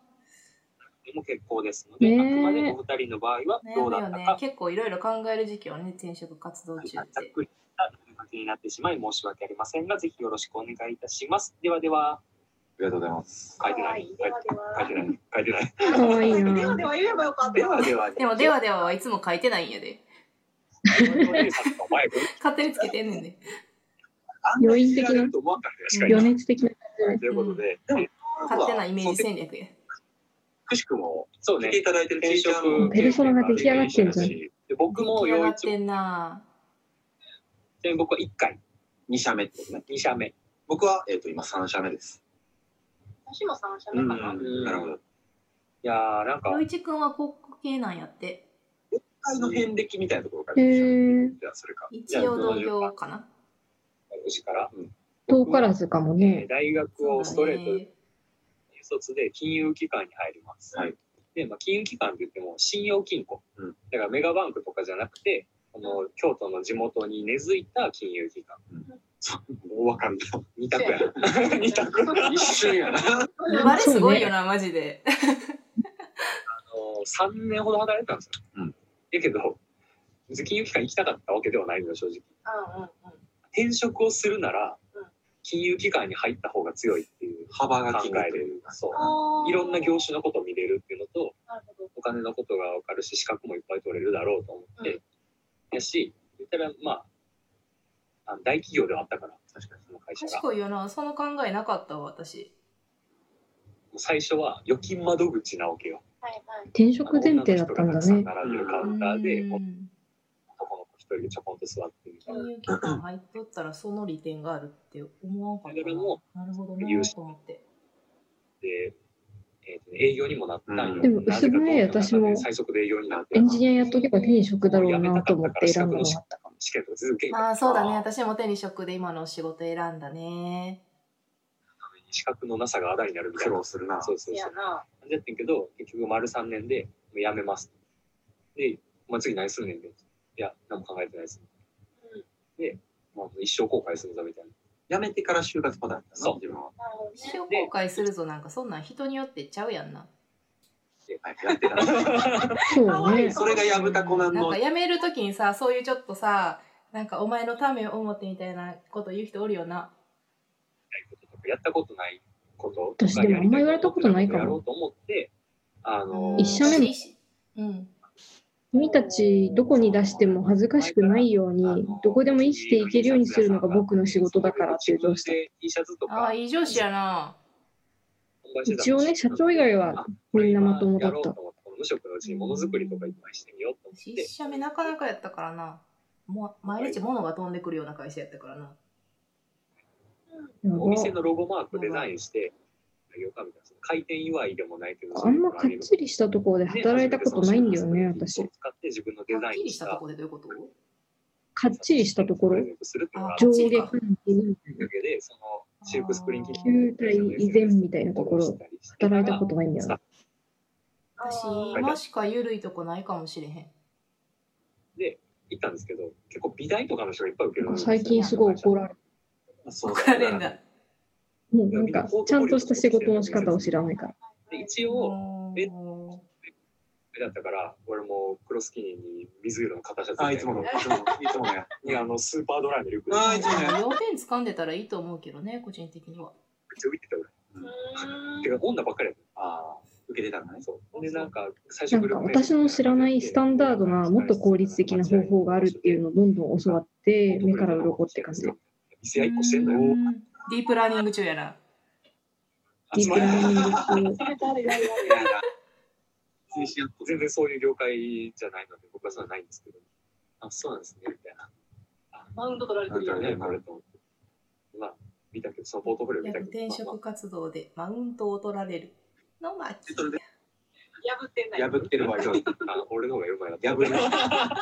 S5: でも結構ですので、
S1: ね
S5: あくまでお二人の場合は
S3: 悩
S5: どう
S3: む
S5: だっ
S3: よ
S5: た
S3: ね
S5: か、
S3: 結構いろいろ考える時期はね転職活動中
S5: ざっ
S3: で
S5: くりした感じになってしまい申し訳ありませんが、ぜひよろしくお願いいたします。ではでは、
S4: ありがとうございます。
S5: 書いてない。
S2: ではで
S5: 書い
S2: は
S5: てない。書いてない。
S1: かわいい
S2: では
S1: な。
S2: では言えばよかった
S5: ではでは、
S3: でも「ではでは」はいつも書いてないんやで [laughs]
S5: マイク
S3: 勝手につけてんねん
S5: [laughs]
S3: で
S1: 余韻的
S4: や
S1: な
S4: る、と思わんかっ
S5: 確か
S1: 余
S5: に。
S1: 熱的な。
S5: ということで、
S4: た
S3: 勝手なイメージ戦略や
S4: くしくも、
S5: そう
S4: 来
S5: ね
S4: てい。ただいてる
S5: 転職
S1: ペルソナが出来上がってんじゃん
S5: で僕も
S3: 出来上
S5: 陽
S3: がっ
S5: 一
S3: てんな
S5: で僕は1回
S4: 2社目ってことね。
S5: 2社目
S4: 僕は、えっ、と、今3社目です。
S2: 私も三社目かな、
S4: うん
S2: う
S4: なるほど。
S5: いやーなんか
S3: 陽一くんは広告系なんやって
S4: 会の遍歴みたいなところから
S1: へ
S4: でしょ。
S1: え。
S4: じゃあ、それか。 [laughs]
S3: 一応同業かな
S5: うちから、
S1: 遠からずかも
S5: えー
S1: ね。
S5: 大学をストレート
S3: そうだ
S5: で
S3: ね
S5: 卒で金融機関に入ります、
S4: はい
S5: で、まあ、金融機関って言っても信用金庫、
S4: うん
S5: だからメガバンクとかじゃなくてこの京都の地元に根付いた金融機関
S4: もうわかんない。
S5: 二択やな
S2: 二択あ
S4: 一瞬やな。
S3: あれすごいよなマジで
S5: あの3年ほど働いてたんですよ、
S4: うん
S5: だけど別に金融機関行きたかったわけではないのよ正直
S2: うんうん
S5: 転職をするなら
S2: うん
S5: 金融機関に入った方が強いっていう
S4: 幅
S5: 考
S4: が利く
S5: え
S4: と
S5: で
S4: いうか。
S5: そう
S2: うん
S5: いろんな業種のことを見れるっていうのと
S2: なるほど
S5: お金のことが分かるし資格もいっぱい取れるだろうと思って、
S2: う
S5: やし言ったらまああの大企業ではあったから確かにその会社がも
S3: 賢いよなその考えなかったわ私
S5: う最初は預金窓口なわけよ
S2: はいはい
S1: 転職前提だったんだね。
S5: あの女の人がたくさん並んでるカウンターで
S3: う
S5: もうん男の子一
S4: 一人でちょこんと座ってみたいな
S3: 金融機関入っとったらその利点があるって思わんかった
S5: それも
S3: な。なるほど
S5: 融
S3: な
S5: 資
S3: と思って。
S5: で、えーとね営業にもなったんよ
S4: うん
S1: でも
S5: なぜか
S1: 薄暗い
S5: どうか
S1: 私も
S5: 最速で営業になっ
S1: エ
S5: て
S1: ンジニアやっとけば手に職だろうなと思って選んだの
S5: もうやめたかったから資
S1: は
S5: 格の試。試験とか続け
S3: ああ、そうだね。私も手に職で今の仕事選んだね。
S5: 資格のなさがあだになるみたい
S4: 苦
S5: な
S4: 労するな。
S5: そうそう
S2: せ
S5: そ
S2: や
S5: う
S2: な。
S5: なんでやってんけど結局丸3年でもう辞めますで、まあ、次何するねんでいや何も考えてないです、で、まあ、一生後悔するぞみたいな
S4: 辞めてから就活パターンだな、
S5: そう
S4: 自分は。
S2: なるほどね
S3: 一生後悔するぞなんかそんなん人によってちゃうやんな。
S4: はい、やってた。
S1: そう
S4: [laughs]
S1: ね。
S4: それがやぶたこなん
S3: なん
S4: の
S3: か。辞めるときにさ、そういうちょっとさ、なんかお前のためを思ってみたいなこと言う人おるよな。
S5: こととかやったことないこと
S1: 私でもあんま言われたことないかも
S5: やろうと思ってあの
S1: 一社目の
S3: うん。
S1: 君たちどこに出しても恥ずかしくないようにどこでも生きていけるようにするのが僕の仕事だからっていう上司と
S5: T シャツと
S3: あ
S5: か
S3: あ、いい上司やな。
S5: 販売してたんです
S1: 一
S5: よ
S1: 応ね社長以外はみんなまともだった
S5: やろうと思ってこの無職のうちにものづくりとかいっぱいしてみようと思っ
S3: 私
S5: て
S3: 一社目なかなかやったからな。もう毎日物が飛んでくるような会社やったからな。
S1: やば
S5: お店のロゴマークデザインしてあげようかみたいなその開店祝いでもないけど
S1: あんまかっちりしたところで働いたことないんだよね私
S5: 使って自分のデ
S3: は
S5: ザ
S3: っ
S5: イ
S3: き
S5: ン
S3: りしたとこでどういうこと
S1: かっちりしたところ
S5: するっていうのが
S3: あ
S1: 上下関係
S5: だけでそのシルクスプリン機
S1: 球体以前みたいなところ働いたことないんだよな
S3: 私
S2: あー
S3: 今しか緩いとこないかもしれへん。
S5: 行ったんですけど結構美大とかの人がいっぱい受ける
S1: な
S5: ん
S1: ん
S5: で
S1: か
S5: すよ
S1: 最近すごい怒られる
S4: そう
S3: 怒られんだ。
S1: もうなんかちゃんとした仕事の仕方を知らないから
S5: で一応だったから俺も黒スキニーに水色の肩シャツ
S4: あ、いつもの、いつもの、いつものや。
S5: にあのスーパードライのリュックで
S4: あ
S5: め
S4: ー
S5: っ
S4: いつ
S5: ち
S4: ものや。
S3: 要点掴んでたらいいと思うけどね、個人的には。
S5: ゃ浮いてた俺
S2: うーん
S5: てか女ばっかりやっ
S4: ああ、受けてたんだ
S5: た
S4: ね
S5: ね。そうでなんか最
S1: な
S5: 初
S1: ん
S5: グル
S1: か
S5: ープ
S1: 私の知らないスタンダードなもっと効率的な方法があるっていうのをどんどん教わって目から鱗って感じで
S5: 店や一個してんの
S3: う
S5: よ
S3: んディープラーニング中やな。
S1: ディープラーニング中
S2: それ誰がやる
S4: いやいや全身やっと
S5: 全然そういう業界じゃないので僕はそれはないんですけどあそうなんですねみたいな
S2: マウント取られてるよ
S5: い
S2: ね。
S5: やいやあれと思ってまあ見たけどそのポートフォリオ見たけど
S3: 転職活動でマウントを取られる。のまき。
S2: 破ってない。
S4: 破ってるわ、今日。
S5: まあまああ俺の方がうまいな
S4: 破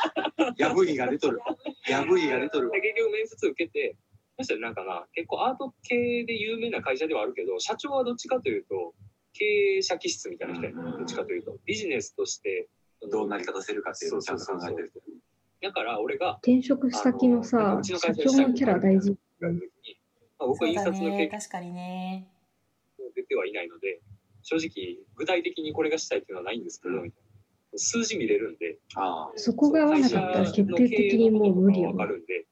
S4: り。破りが出とる。破りが出とるわ
S5: で。結局面接受けてそしたらなんかな結構アート系で有名な会社ではあるけど社長はどっちかというと経営者気質みたいな人やね
S4: うん
S5: どっちかというとビジネスとして
S4: どう成り立たせるかっていうのをちゃんと考えてる。
S5: だから俺が
S1: 転職先のさ社長のキャラ大事
S5: やる時に、まあ、僕は印刷の経験
S3: 確かにね。
S5: 出てはいないので正直具体的にこれがしたいっていうのはないんですけど、
S4: うん
S5: みたいな数字見れるんで
S4: ああ。。
S1: そこが合わなかったら決定的にもう無理よ
S5: わか
S1: ね
S5: るんで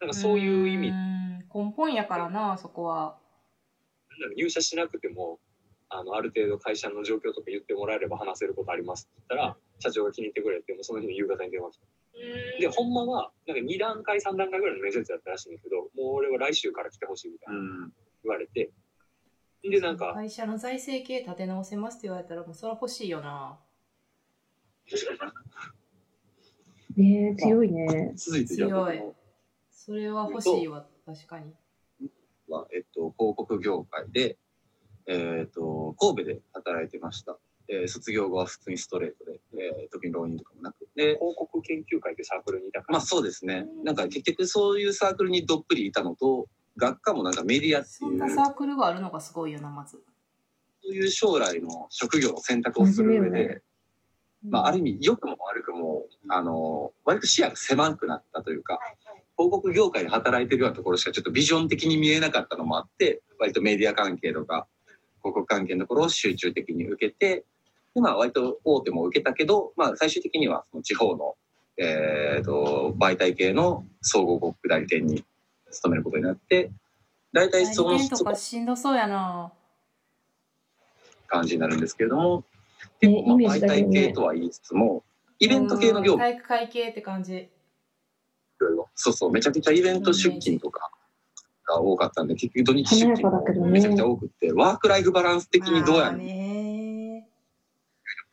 S5: なんかそういう意味
S3: う
S5: なん
S3: ん根本やからな、そこは。
S5: だろう入社しなくてもあのある程度会社の状況とか言ってもらえれば話せることありますって言ったら社長が気に入ってくれってもうその日の夕方に電話来て
S2: うん
S5: でほんまはなんか2段階3段階ぐらいの面接だったらしいんだけどもう俺は来週から来てほしいみたいうなん言われてでなんか
S3: 会社の財政系立て直せますって言われたら、もうそれは欲しいよな。
S1: ねえ強いね
S4: 続いて、じゃあ
S3: 強い
S4: 僕の
S3: それは欲しいわ、確かに。
S4: は、えっと、広告業界で、えっと、神戸で働いてました。えー卒業後は普通にストレートで、えー特に浪人とかもなく。で、
S5: 広告研究会ってサークルにいたから、
S4: まあそうですね。なんか結局そういうサークルにどっぷりいたのと、学科もなんかメディアって
S3: そん
S4: いう、
S3: なサークルがあるのがすごいよな、まず。
S4: そういう将来の職業の選択をする上
S1: 真面目よ
S4: で、まあある意味良くも悪くも、あの、割と視野が狭くなったというか、
S2: はいはい
S4: 広告業界で働いてるようなところしかちょっとビジョン的に見えなかったのもあって割とメディア関係とか広告関係のところを集中的に受けてで、まあ、割と大手も受けたけど、まあ、最終的にはその地方の、えー、と媒体系の総合広告代理店に勤めることになって大体
S3: 代
S4: その
S3: 理店と
S4: そ
S3: か
S4: の
S3: しんどそうやな。
S4: 感じになるんですけれども
S1: ね
S4: 結構
S1: イ
S4: ま
S1: メ
S4: あ
S1: ージ
S4: 媒
S1: だけ
S4: 体
S1: ど
S4: 系
S1: ね
S4: とは言いつつもイベント系の業
S3: うん
S4: 務
S3: 体育会系って感じ。
S4: いろいろそうそうめちゃくちゃイベント出勤とかが多かったんで結局土日出
S1: 華や
S4: 勤
S1: かだけど
S4: めちゃく
S1: ね
S4: ちゃ多くって、ワークライフバランス的にどうや
S3: まあ
S4: ねん。
S3: ね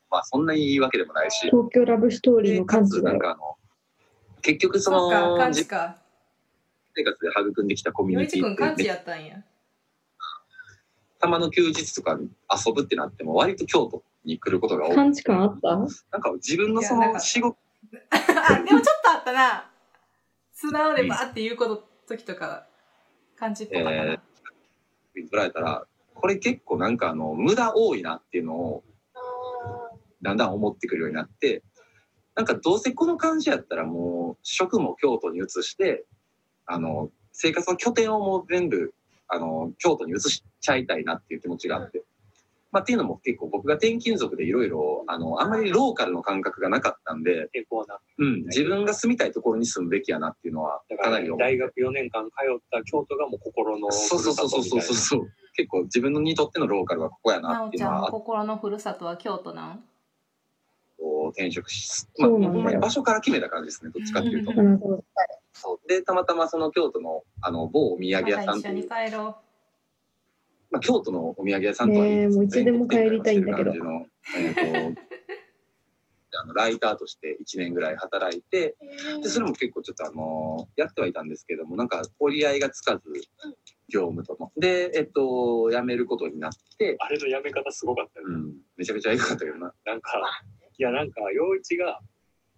S4: まあ、そんなにいいわけでもないし、
S1: 東京ラブストーリーの
S4: か
S1: 感
S4: つ、
S1: じだ
S4: なん
S1: よ
S4: かあの、結局そ
S7: そ
S4: の
S7: うか、漢字
S4: 自分
S7: か。
S4: 生活で育んできたコミュ
S7: よ
S4: ニ
S7: い
S4: テ
S7: ち
S4: ィ
S7: く
S4: [laughs]
S7: ん漢
S4: って、
S7: 字
S4: ね、
S7: やったんや。
S4: たまの休日とか遊ぶってなっても割と京都に来ることが多い
S1: 感知感あった
S4: なんか自分のそ
S7: いやなん
S4: の
S7: か
S4: 仕事
S7: あ、でもちょっとあったな。素直でバーって言うこと、時とか、漢字っぽかったな。
S4: えに捉えたらこれ結構なんかあの無駄多いなっていうのをだんだん思ってくるようになってなんかどうせこの感じやったらもう職も京都に移してあの生活の拠点をもう全部あの京都に移しちゃいたいなっていう気持ちがあって、まあ、っていうのも結構僕が転勤族でいろいろあのあんまりローカルの感覚がなかったんで、
S5: 結構な。
S4: うん、自分が住みたいところに住むべきやなっていうのは
S5: だか
S4: からなり思う
S5: 大学4年間通った京都がもう心の
S4: そうそうそうそうそうそう
S5: う。
S4: そう結構自分のにとってのローカルはここや
S7: な
S4: なっ
S7: お
S4: てい
S7: ち
S4: うの
S7: ゃん
S4: は
S7: の
S4: あと
S7: 心のふるさとは京都なん
S4: 転職し、まあ、
S1: そう
S4: ほ
S1: なんだよ
S4: んまに場所から決めた感じですねどっちかっていうと
S7: うん
S1: うんそう
S4: そうでたまたまその京都のあの某お土
S7: ま
S4: 産屋
S7: た
S4: さん
S7: 一
S4: と
S7: 緒
S4: い
S7: に
S4: う、
S7: 帰ろ
S4: まあ、京都のお土産屋さんとは
S1: ねえもういつでも帰りたいんだけど
S4: 全国展開をしてる感じのえーとあのライターと [laughs] して1年ぐらい働いてでそれも結構ちょっとあのやってはいたんですけどもなんか折り合いがつかず業務ともでえっと辞めることになって、
S5: あれのやめ方すごかったよ
S4: う
S5: ね。
S4: ん、めちゃめちゃ良かったけどな
S5: なんか、いやなんか、陽一が、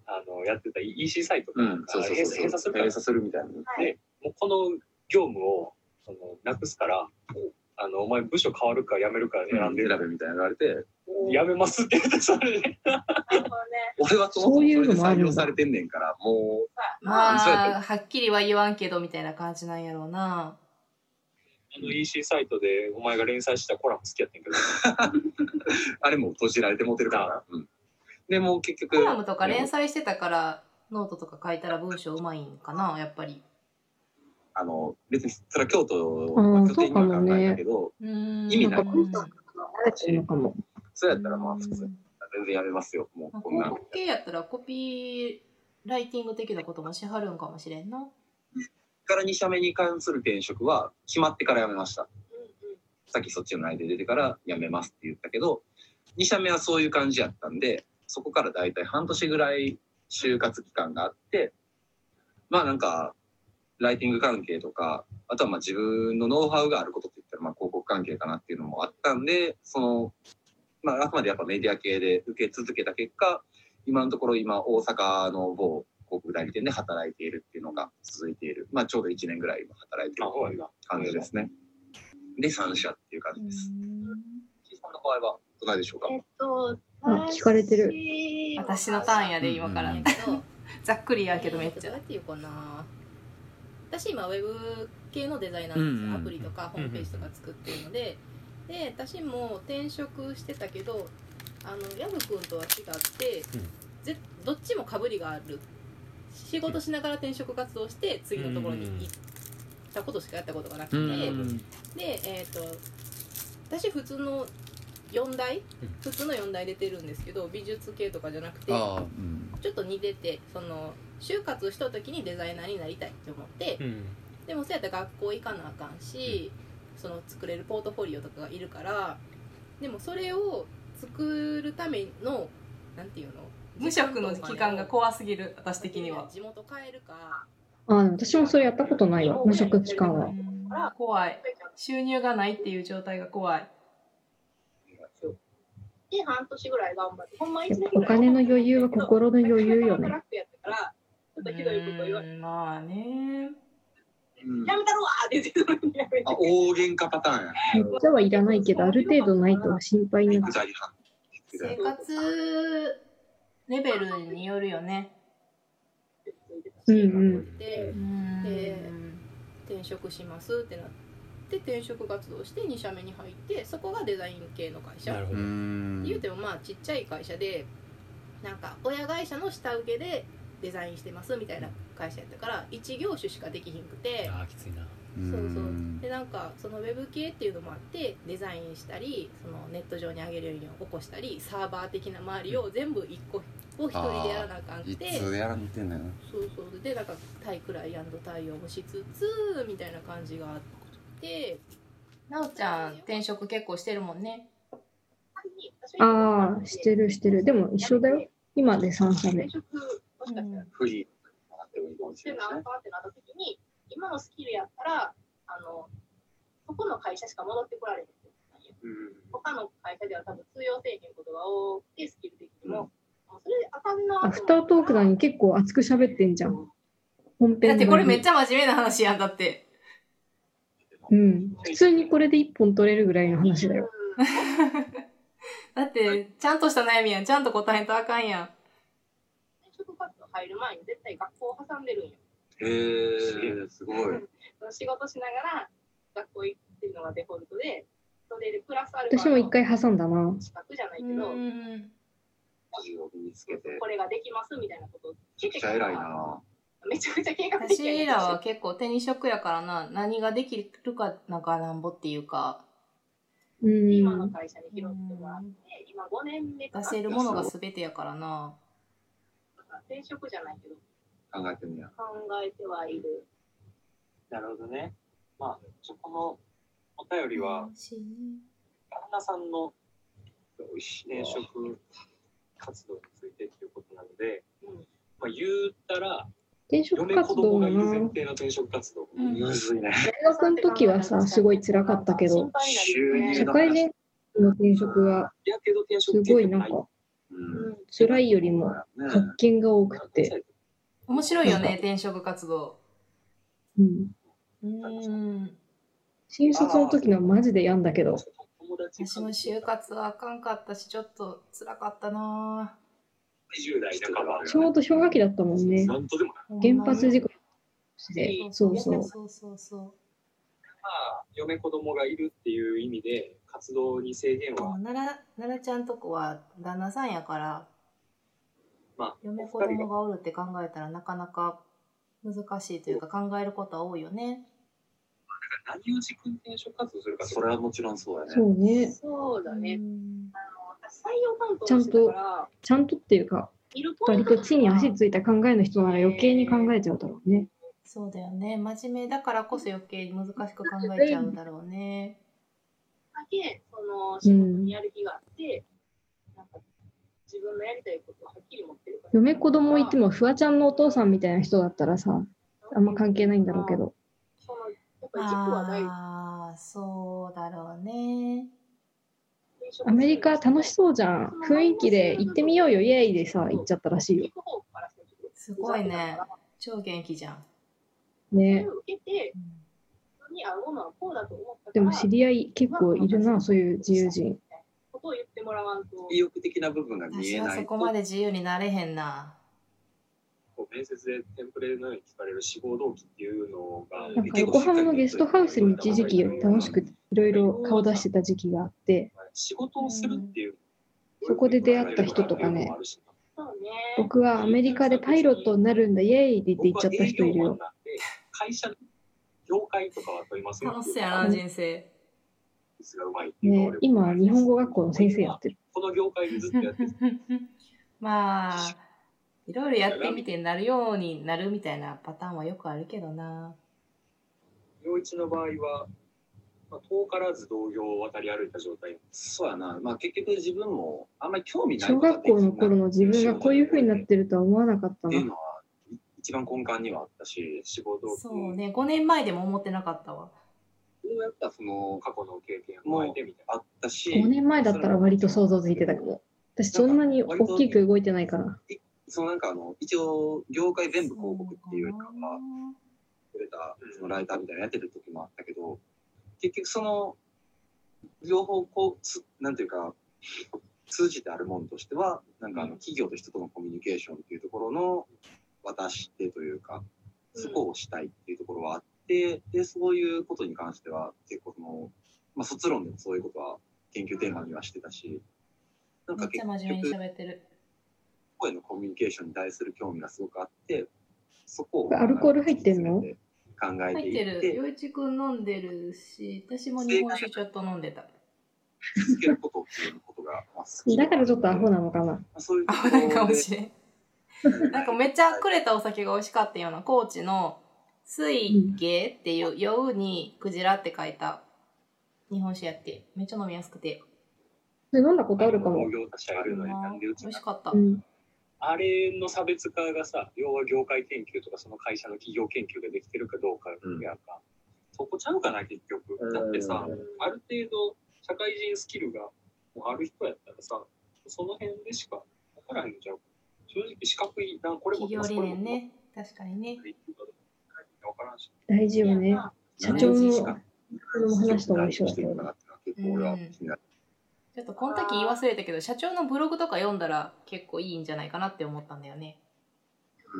S5: あの、やってた EC サイト
S4: う
S5: がなん
S4: ん、
S5: か
S4: そうそう
S5: 閉
S4: そう
S5: 鎖
S4: そう。
S5: 閉鎖するから
S4: 閉鎖するみたいな。
S5: で、もうこの業務をそのなくすから、あのお前部署変わるか辞めるか選んで、
S4: 選べみたいなの言われて、
S5: 辞めますって言ってそれで、
S4: 俺はそもそもそ
S1: そう
S4: れ
S1: い
S4: で
S1: うのもあ
S4: 採
S1: るんだ
S4: 用されてんねんから、もう、
S7: う
S4: ま
S7: ま
S4: あそうや
S7: あはっきりは言わんけどみたいな感じなんやろうな
S5: [laughs] あの EC サイトでお前が連載したコラム好きやってんけど、
S4: あれも閉じられて持てるからな。うん。でもう結局、
S7: コラムとか連載してたからノートとか書いたら文章うまいんかなやっぱり
S4: あの、別に、それは京都
S1: あー
S4: の拠点には考えたけど、
S7: うーん
S4: 意味な
S1: な
S4: い
S1: んか文章慣れてるのかも
S4: そうやったらまあ普通
S7: う、ん
S4: 全然やめますよ、も
S7: まあ
S4: うこんな
S7: 広
S4: ん。
S7: 告系やったらコピーライティング的なこともしはるんかもしれんな
S4: から2社目に関する転職は、決まってから辞めました。さっきそっちの内で出てから辞めますって言ったけど、2社目はそういう感じやったんで、そこから大体半年ぐらい就活期間があって、まあなんか、ライティング関係とか、あとはまあ自分のノウハウがあることって言ったら、まあ広告関係かなっていうのもあったんで、その、まああくまでやっぱメディア系で受け続けた結果、今のところ今大阪の某広告代理店で働いているっていうのが続いている。まあちょうど1年ぐらい今働いてい
S5: あ
S4: る
S5: ほうやな
S4: 感じですね。で、3社っていう感
S7: う
S4: じです。
S7: ん
S4: 岸さんの場合はどないでしょうか。
S2: えっと、
S1: あ聞かれてる
S7: 私のターン
S2: や。
S7: やで今から
S4: うん
S7: ざっくりやけどめっち
S3: えーとどう
S7: ゃ
S3: やっていうかな私今ウェブ系のデザイナーなんですよ、
S4: うんうん
S3: アプリとかホームページとか作ってるので、で私も転職してたけどあのヤブ君とは違って、
S8: うん
S3: ぜどっちもかぶりがある仕事しながら転職活動して次のところに行ったことしかやったことがなくて、でえっ、と私普通の4大
S8: うん
S3: 普通の4大出てるんですけど美術系とかじゃなくて
S8: ああ
S3: ちょっと似ててその就活をした時にデザイナーになりたいって思って、
S8: うん
S3: でもそうやったら学校行かなあかんし、その作れるポートフォリオとかがいるからでもそれを作るためのなんていうの
S7: 無職の期間が怖すぎる私的
S3: 的
S7: に
S3: に
S7: は
S3: は地元帰るか
S1: あでも私もそれやったことないわ無職期間は
S7: うん怖い収入がないっていう状態が怖い
S2: で、半年ぐらい頑張って、ほんま
S1: やっ
S2: 一
S1: ぱ
S2: 年
S1: お
S2: ぐらい
S1: 金の余裕は心の余裕よね
S2: 楽やったから、ちょっとひどいこと言われて、
S7: うんまあね
S4: うん
S2: やめたろわーって言ってたのにやめて
S4: あ、大喧嘩パターンや。
S1: めっちゃはいらないけどある程度ないと心配にな
S4: く
S1: る
S4: じゃりはん。
S7: 生活レベルによるよね
S1: うん
S3: で
S7: うん
S3: 転職しますってなって転職活動して2社目に入ってそこがデザイン系の会社
S8: なるほ
S4: う
S8: ど
S4: ん
S3: 言うてもまあちっちゃい会社でなんか親会社の下請けでデザインしてますみたいな会社やったから一業種しかできひんくて
S8: ああきついな
S3: そうそうでなんかそのウェブ系っていうのもあってデザインしたりそのネット上に上げれるように起こしたりサーバー的な周りを全部一個を一人でやらなあかんく
S4: い
S3: て
S4: つやらんてんのよな。
S3: そうそうでなんか対クライアント対応もしつつみたいな感じがあって
S7: なおちゃん転職結構してるもんね
S1: ああしてるしてるでも一緒だよ今で3社目
S2: 転職もしかしたら
S4: フリーになっていいかもし
S2: して
S4: れ
S2: る
S4: ない
S2: 何
S4: ですね。
S2: パーってなった時に今のスキルやったらあのそこの会社しか戻ってこられへんってことなんよ他の会社では多分通用せえへんことが多くてスキル的にも、もうそれあかんな
S1: アフタートークなの
S2: に
S1: に結構熱く喋ってんじゃん。本編
S3: だってこれめっち
S1: ゃ。
S3: ゃ真面目な話やんだって。
S1: うん。普通にこれで一本取れるぐらいの話だよ。
S3: だって、ちゃんとした悩みやん。ちゃんと答えんとあかんやん。
S2: 職活動入る前に絶対学校を挟んでるんよ
S4: へえ、すごい。
S2: その仕事しながら学校行くっていうのがデフォルトでそれでプラスアルファ
S1: 私も一回挟んだな。
S2: 資格じゃないけど、
S3: うん。
S4: 技術を身につけて、め
S2: これができますみたいなことを
S4: ちゃくちゃ偉いな。
S2: めちゃくちゃ計画的やね
S3: 私らは結構手に職やからな、何ができるかなんかなんぼっていうか、
S1: う
S2: 今の
S1: ん。
S2: 会社に拾ってもらって、今5年目か
S3: 出
S2: な
S3: せるものが全てやからな。
S2: 転職じゃないけど
S4: 考えてみや。
S2: 考えてはいる
S6: なるほどね。まあ、ちょこのお便りは、旦那さんの
S4: 美味し
S6: 転
S4: いわ。
S6: 職活動についてっていうことなので、
S2: うん
S6: まあ、言ったら、
S1: 転職
S6: 嫁
S1: 活
S6: 子
S1: 動
S6: 供
S1: も
S6: がいる
S1: な。
S6: 前
S1: 大
S6: 提の転職活動。
S3: うん
S4: むずいね。
S1: 学の時はさ、すごい辛かったけど、
S4: 収入
S1: 社
S4: の
S1: 会
S4: 話。
S1: 人の転職は
S6: やけど転
S1: す
S6: 職
S1: ごいなんか、
S4: うん。
S1: 辛いよりも発見が多くて。
S3: 面白いよね、 [laughs] 転職活動。
S1: うん。
S3: うん。
S1: 新卒の時のはマジで病んだけど、
S6: 友達
S3: 私も就活はあかんかったし、ちょっと辛かったな
S6: 20代半ば
S1: ちょうど氷河期だったもんね。
S6: なんとでもな
S1: 原発事故で、そうそう。
S3: そうそうそう。
S6: まあ嫁子供がいるっていう意味で活動に制限は、
S3: 奈良奈良ちゃんとこは旦那さんやから
S6: まあ、
S3: 嫁子
S6: お二人
S3: 供
S6: が
S3: がおるって考えたらなかなか難しいというか考えることは多いよね。
S6: 何を軸に転職活動するか
S4: それはもちろんそうや
S1: そ
S4: ね。
S1: うね。
S2: そうだね、
S3: うん
S2: 私採用担当してたから
S1: ちゃんとっていうか、
S2: いる
S1: 割と地に足ついた考えの人なら余計に考えちゃうだろうね。
S3: そうだよね真面目だからこそ余計に難しく考えちゃうんだろうね。
S2: だけその仕事にやる気があって、なんか自分のやりたいことをはっきり持ってるから
S1: 嫁子供いても、フワちゃんのお父さんみたいな人だったらさ、あんま関係ないんだろうけど。
S2: そのやっぱり軸はない
S3: ああそうだろうね。
S1: アメリカ楽し
S2: う
S1: そうじゃん。雰囲気で行ってみようよ、イエーイでさ、行っちゃったらしいよ。
S2: 行く方からすると
S3: すごいね超元気じゃん。
S2: そ
S1: ね
S2: れ。を受けて人に合うものはこうだと思ったから
S1: でも知り合い結構いるな、そういう自由人。
S2: ことを言ってもらわんと
S4: 意欲的な部分が見
S3: 私
S4: え
S3: は
S4: な
S3: そ
S4: い。
S3: ことまで自由になれへんな。
S6: こう面接でテンプレのように聞かれる志望動機っていうのが
S1: なんか横浜のゲストハウスに一時期楽しくいろいろ顔出してた時期があって、
S6: 仕事をするっていう、
S1: そこで出会った人とかね
S2: そうね
S1: 僕はアメリカでパイロットになるんだ、イエーイって言って行っちゃった人い
S6: 僕
S1: る
S6: は営業マンな
S1: よ。
S6: んで会社の業界とかは問いません
S3: 楽しそうやな人生。
S6: がうまいっていう
S1: ね
S6: 能力、
S1: 今、日本語学校の先生やってる。
S6: この業界でずっとやってきて
S3: まあいろいろやってみてなるようになるみたいなパターンはよくあるけどな。
S6: 陽一の場合は、まあ、遠からず同業を渡り歩いた状態
S4: そうやな。まあ結局自分もあんまり興味ない
S1: 小
S4: ことが
S1: 学
S4: でき
S1: 校
S4: ない
S1: の頃の自分がこういう風になってるとは思わなかった
S4: っていう
S1: な。
S4: のは一番根幹にはあったし、
S6: 仕事を
S3: そうね5年前でも思ってなかったわ。
S4: どうやったらその過
S6: 過
S4: 去
S6: 去の経験を踏まえてみたい
S4: あったし、
S1: 5年前だったら割と想像ついてたけど、私そんなに大きく動いてないから。
S4: そのなんかあの一応業界全部広告っていうよりかはくれたそのライターみたいなのやってる時もあったけど結局その両方こうつなんていうか通じてあるものとしてはなんかあの企業と人とのコミュニケーションっていうところの渡し手というかそこをしたいっていうところはあってでそういうことに関しては結構その、まあ、卒論でもそういうことは研究テーマにはしてたしなん
S3: め
S4: か
S3: っち
S4: 結
S3: ゃ真面目
S4: 局
S3: に喋ってる。
S4: 声のコミュニケーションに対する興味がすごくあって、そこを
S1: アルコール入ってんの
S4: 考えて
S3: 入っ
S4: い
S3: て
S4: っ
S3: る。
S4: て、
S3: 洋一くん飲んでるし私も日本酒ちょっと飲んでた。
S4: 続けることっていうことが、まあ、好き
S1: だからちょっとアホ
S4: ま
S1: なのかな。
S4: あ、そういう
S3: あ
S4: ところ
S3: [laughs] なん
S4: で
S3: かもしれん。なんかめっちゃくれたお酒が美味しかったような高知の水芸っていう酔うにクジラって書いた日本酒やってめっちゃ飲みやすくて
S1: それ飲んだことあるかも
S6: 農。業他社やるのになんでうち
S3: 美味しかった
S1: う。ん。
S5: あれの差別化がさ要は業界研究とかその会社の企業研究ができてるかどうかやんか、そこちゃうかな結局だってさ、ある程度社会人スキルがある人やったらさその辺でしか分からへんじゃん正直四角いなこれも
S3: 企業理念ね確かにね
S1: 大事よね社長のこれも話と
S4: 何
S1: 面
S4: して
S1: 白
S4: る
S1: い
S4: のかなってのは結構俺は気になる。
S3: ちょっとこの時言い忘れたけど社長のブログとか読んだら結構いいんじゃないかなって思ったんだよね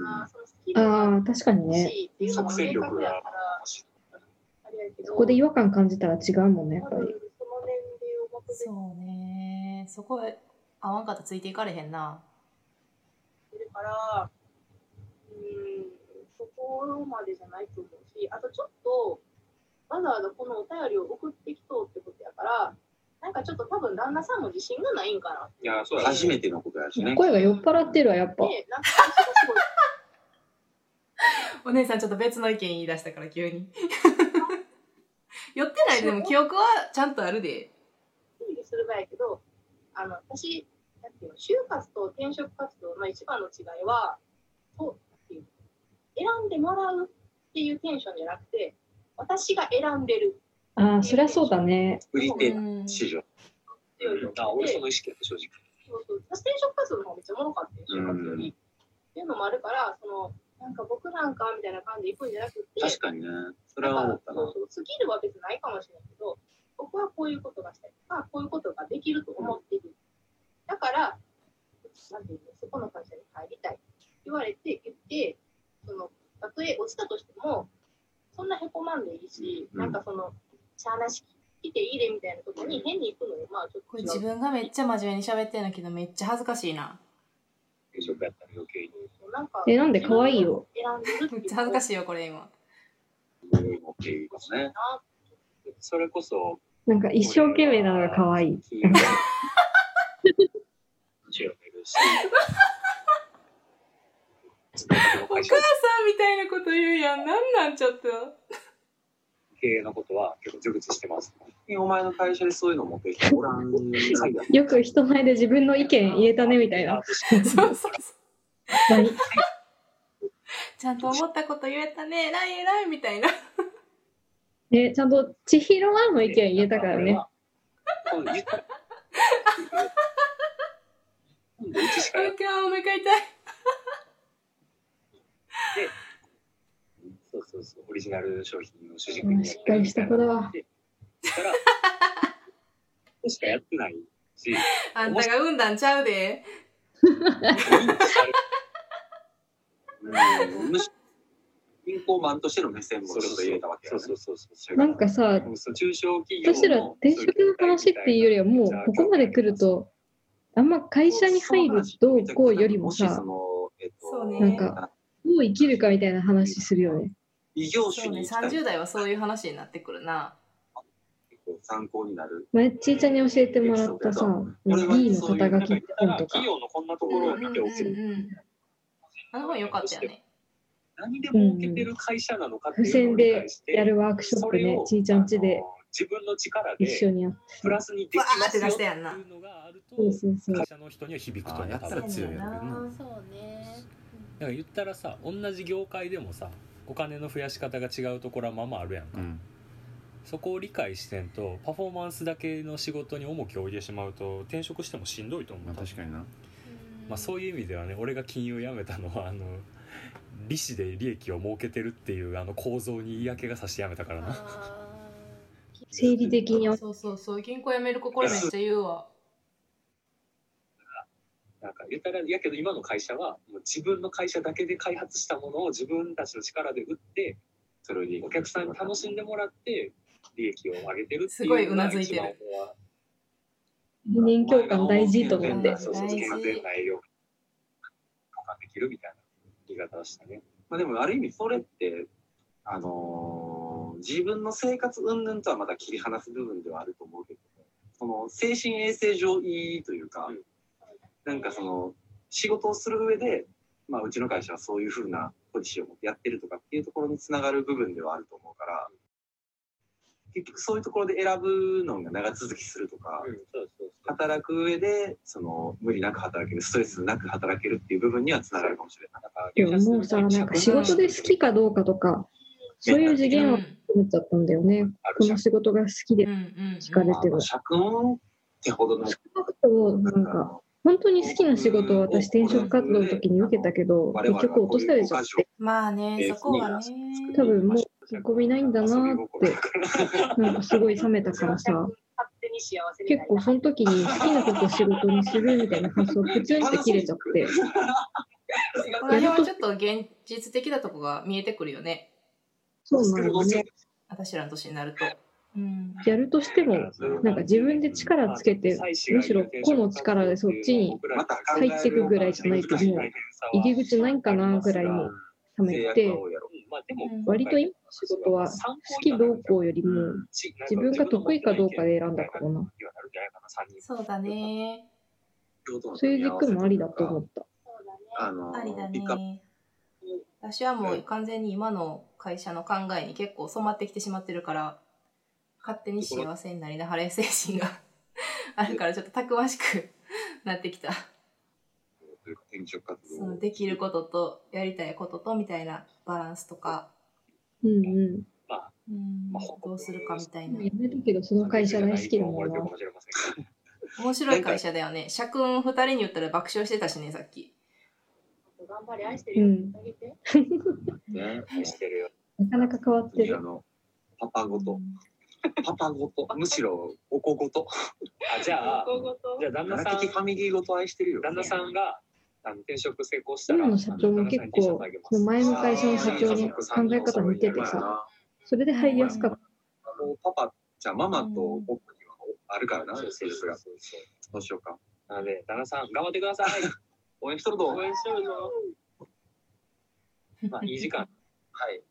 S2: あーそのスキル
S1: あ
S2: が
S1: あ確かに
S2: 欲
S1: ね
S2: しいっていうのも明確やから、あれやけど、
S1: そこで違和感感じたら違うもんねやっ
S2: 多
S1: ぱ
S2: 分その
S1: り
S2: 年齢を求めて
S3: そうねそこへ合わんかったらついていかれへんな
S2: るから、うん、そこまでじゃないと思うし、あとちょっと、わざわざこのお便りを送ってきとうってことやから、なんかちょっと多分旦那さんも自信がないんかなっ
S5: いやそうだ
S4: 初めてのことやしね。
S1: 声が酔っ払ってるわやっぱ
S2: て、なんか最初がすごい
S3: お姉さんちょっと別の意見言い出したから急に [laughs] 寄ってないでも記憶はちゃんとあるで
S2: 推理するがやけど、あの私、なんていうの、就活と転職活動の一番の違いは、そうなんていうの選んでもらうっていうテンションじゃなくて、私が選んでる
S1: ああそりゃそうだね
S4: 売り
S3: う
S4: 手
S3: ん
S4: 市場。
S2: っていうの
S5: あ俺
S2: で
S5: その意識やった正直
S2: そうそう私転職活動の方がめっちゃおもろかったよ、就活より。っていうのもあるから、そのなんか僕なんかみたいな感じで行くんじゃなくて、
S4: 確かにね。それは思った
S2: そう
S4: な。
S2: そうスキルは別にないかもしれないけど、僕はこういうことがしたいとか、こういうことができると思っている。だから、なんていうの、そこの会社に入りたいって言われて、言って、その、たとえ落ちたとしても、そんなへこまんでいいし、
S4: うん
S2: なんかその、しゃあなし来ていいでみたいなとこに変に行くのも、まあちょっ
S3: ことれ
S2: 違う
S3: 自分がめっちゃ真面目に喋ってるんだけどめっちゃ恥ずかしいな
S5: 転職やったら余計に
S2: なんか、
S1: えなんで可愛いよ
S2: 選んでるって
S3: めっ
S2: いう
S3: ちゃ恥ずかしいよこれ今
S4: っていうことね。
S5: それこそ
S1: なんか一生懸命なのが可愛い
S5: 金融強めるし
S3: お母さんみたいなこと言うやんなんなんちょっと
S5: 経営のことは結構熟知してます
S4: お前の会社でそういうの持ってきておらん。
S5: 最悪
S1: よく人前で自分の
S5: [laughs]
S1: 意見言えたねみたいな
S3: そうそうそう
S1: まあい
S3: ちゃんと思ったこと言えたね偉い偉いみたいな
S1: ねちゃんと千尋はの意見言えたからね
S5: 今度言った今度うちしか
S3: も
S5: や
S3: う
S5: っ
S3: 一回お腹痛い
S5: そうそうそうオリジナル商品の主軸
S1: うん
S5: にや
S1: しっかりした子だわ
S5: から [laughs] そしかやってないし
S3: あんたが産んだんちゃうで
S4: うんむしろ銀行マンとしての目線もちょっと入れたわけや
S5: そう
S4: ね。
S5: そうそうそう
S1: なんかさ
S5: そう中小企業の
S1: 私ら転職の話っていうよりはもうここまで来るとあんま会社に入るどうこうよりも
S4: しそ
S1: さ
S4: のえっ
S3: そ
S4: と
S3: うね
S1: なんかどう生きるかみたいな話するよね
S4: 異業
S3: そ
S4: 種
S3: うね
S4: に行きたい
S3: 30代はそういう話になってくるな
S4: 参考になる。
S1: 前ちーちゃんに教えてもらったさ
S4: 俺はそうい
S1: D
S4: う
S1: の肩書きって本とか
S5: 企業のこんなと
S3: う
S5: こ
S3: ん
S5: ろ
S3: う
S5: を
S3: んうん
S5: 見ておける
S3: うんあの本良かったよね
S5: 何でも受けてる会社なのかって
S1: 付
S5: いうの
S1: 箋
S5: を理
S1: で
S5: 解して
S1: やるワークショップねちーちゃんち
S5: あ
S1: で
S5: の自分の力
S1: 一緒
S5: で
S1: にやって
S5: プラスにでき
S3: わ
S5: ま
S3: ーっ
S5: す
S3: て
S5: よ
S3: 出し
S5: って
S3: た
S5: い
S3: やんな
S5: うのがあると
S1: そうそうそう
S9: 会社の人には響くと
S5: あー
S9: ね
S5: やった
S9: 多
S5: ら
S9: 分強いよな
S3: そうやな
S10: そうね。
S9: なんか言ったらさ同じ業界でもさお金の増やし方が違うところはまあまああるやんか、
S11: うん
S9: そこを理解してんとパフォーマンスだけの仕事に重きを置いてしまうと転職してもしんどいと思う、
S11: まあ確かにな
S9: まあ、そういう意味ではね俺が金融辞めたのはあの利子で利益を儲けてるっていうあの構造に嫌気がさして辞めたからな
S10: あ
S1: 生理的に
S3: そうそうそう銀行辞める心めっちゃ言うわ
S5: なんか言ったらやけど今の会社はもう自分の会社だけで開発したものを自分たちの力で売って
S4: それを利益
S5: お客さんに楽しんでもらって利益を上げてるって
S3: す
S5: いう
S3: ごいうなずいてる
S1: 理念共感大事と
S4: う
S1: 思っ
S4: ん
S1: て
S5: そうそう
S3: 大事
S5: 健全な営業とかできるみたいな言い方をしたね
S4: まあでもある意味それってあのー自分の生活云々とはまた切り離す部分ではあると思うけど、その精神衛生上いいというか、
S5: うん
S4: なんかその仕事をする上で、まあうちの会社はそういうふうなポジションを持ってやってるとかっていうところにつながる部分ではあると思うから、結局そういうところで選ぶのが長続きするとか、
S5: うんそうそうそう
S4: 果働く上でその無理なく働けるストレスなく働けるっていう部分にはつながるかもしれない
S1: いやもうさなんか仕事で好きかどうかとかそういう次元を思っちゃったんだよね、
S4: ある
S1: こ
S4: じゃ
S1: の
S4: ん
S1: 仕事が好きで惹かれて
S4: ま
S1: る
S4: あ、社訓ってほどの
S1: 少なくともなんか本当に好きな仕事を私
S4: うん
S1: 転職活動の時に受けたけど
S4: 我々
S1: 結
S4: は
S1: 局
S4: こ
S1: 落と
S4: う
S1: さ
S4: い
S1: れ
S4: う
S1: ちゃっ
S4: お菓子を
S1: て
S3: まあね
S4: えー
S3: そこはね
S4: ス
S1: 多分もう引っ込みないんだなってなんかすごい冷めたからさ
S2: 勝手に幸せに
S1: 結
S2: なり
S1: 構
S2: た
S1: その時に好きなことを仕事にするみたいな発想プチュンって切れちゃって
S3: この辺はちょっと現実的なとこが見えてくるよね
S1: そうなのね
S3: 私らの年になると。うん
S1: やるとしてもなんか自分で力つけてむしろ個の力でそっちに入ってくぐらいじゃないともう入り口ないんかなぐらいに冷めて
S6: まあでも
S3: うん
S1: 割と今の仕事は好きどうこうよりも自分が得意かどうかで選んだからな
S3: そうだね。
S1: そういう軸もありだと思った
S2: そうだね。
S4: あの
S3: ありだ
S4: ピックアップ
S3: ね。私はもう完全に今の会社の考えに結構染まってきてしまってるから、勝手に幸せになりなはれ精神が [laughs] あるからちょっとたくましく [laughs] なってきた。
S4: というか転職活
S3: そ
S4: 動
S3: のできることとやりたいこととみたいなバランスとか、
S1: うんう
S3: うん、どうするかみたい
S1: ん
S3: な
S1: でも。辞めたけどその会社大好きだもんな
S3: 面白い会社だよね。社訓二人に言ったら爆笑してたしね、さっ
S6: [laughs]
S3: き。
S2: 頑張れ、愛してるよ。
S1: うん
S2: あげて。
S4: ね
S1: なかなか変わって
S4: 次あ
S1: る
S4: のパパごとパパごとむしろお子ごと
S6: あじゃあ
S2: ごごと
S6: じゃあ旦那さ
S4: 奈良的ファ
S6: ん
S4: ミリーごと愛してるよ
S6: 旦那さんがあの転職成功したら
S1: 今の社長も結構その前の会社の社長の考え方似ててさそれで入りやすかった
S4: あのパパじゃあママと僕にはあるからな
S6: そうそ
S4: 性
S6: う
S4: 質
S6: そう
S4: が
S6: そう
S4: どうしようか
S6: なので旦那さん頑張ってください
S4: 応援しとるぞ
S6: 応援しようぞまあいい時間
S4: はい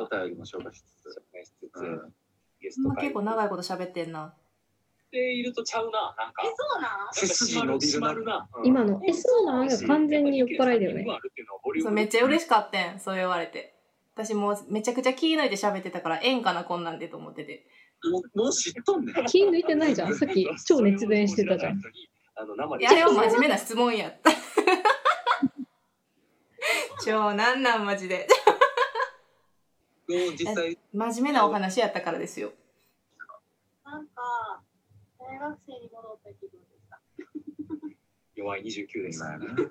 S4: お便りも紹介しつつ
S6: 紹介しつつ、
S4: うん
S6: ゲス
S3: ほん
S6: ト
S3: ま
S6: 会
S3: 結構長いこと喋ってんな。
S6: っているとちゃうななんか
S2: え、そうなん
S4: 背筋伸びるな
S6: 締まるな
S1: 今のえそうなんが完全に酔っ払いだよね
S3: そうめっちゃ嬉しかったん、そう言われて。私もうめちゃくちゃ気抜いて喋ってたから、ええんかな、こんなんでと思ってて。
S4: もうもう知っとんねん
S1: 気抜いてないじ [laughs] ゃんさっき超熱弁してたじゃん
S6: あの生
S3: い
S6: で
S3: や、あれは真面目な質問やった。 [laughs] 超なんなん、マジで。
S4: でも実際
S3: 真面目なお話やったからですよ。
S2: なんか、大学生に戻った気分でした。
S6: 弱い29です
S4: まあね [laughs]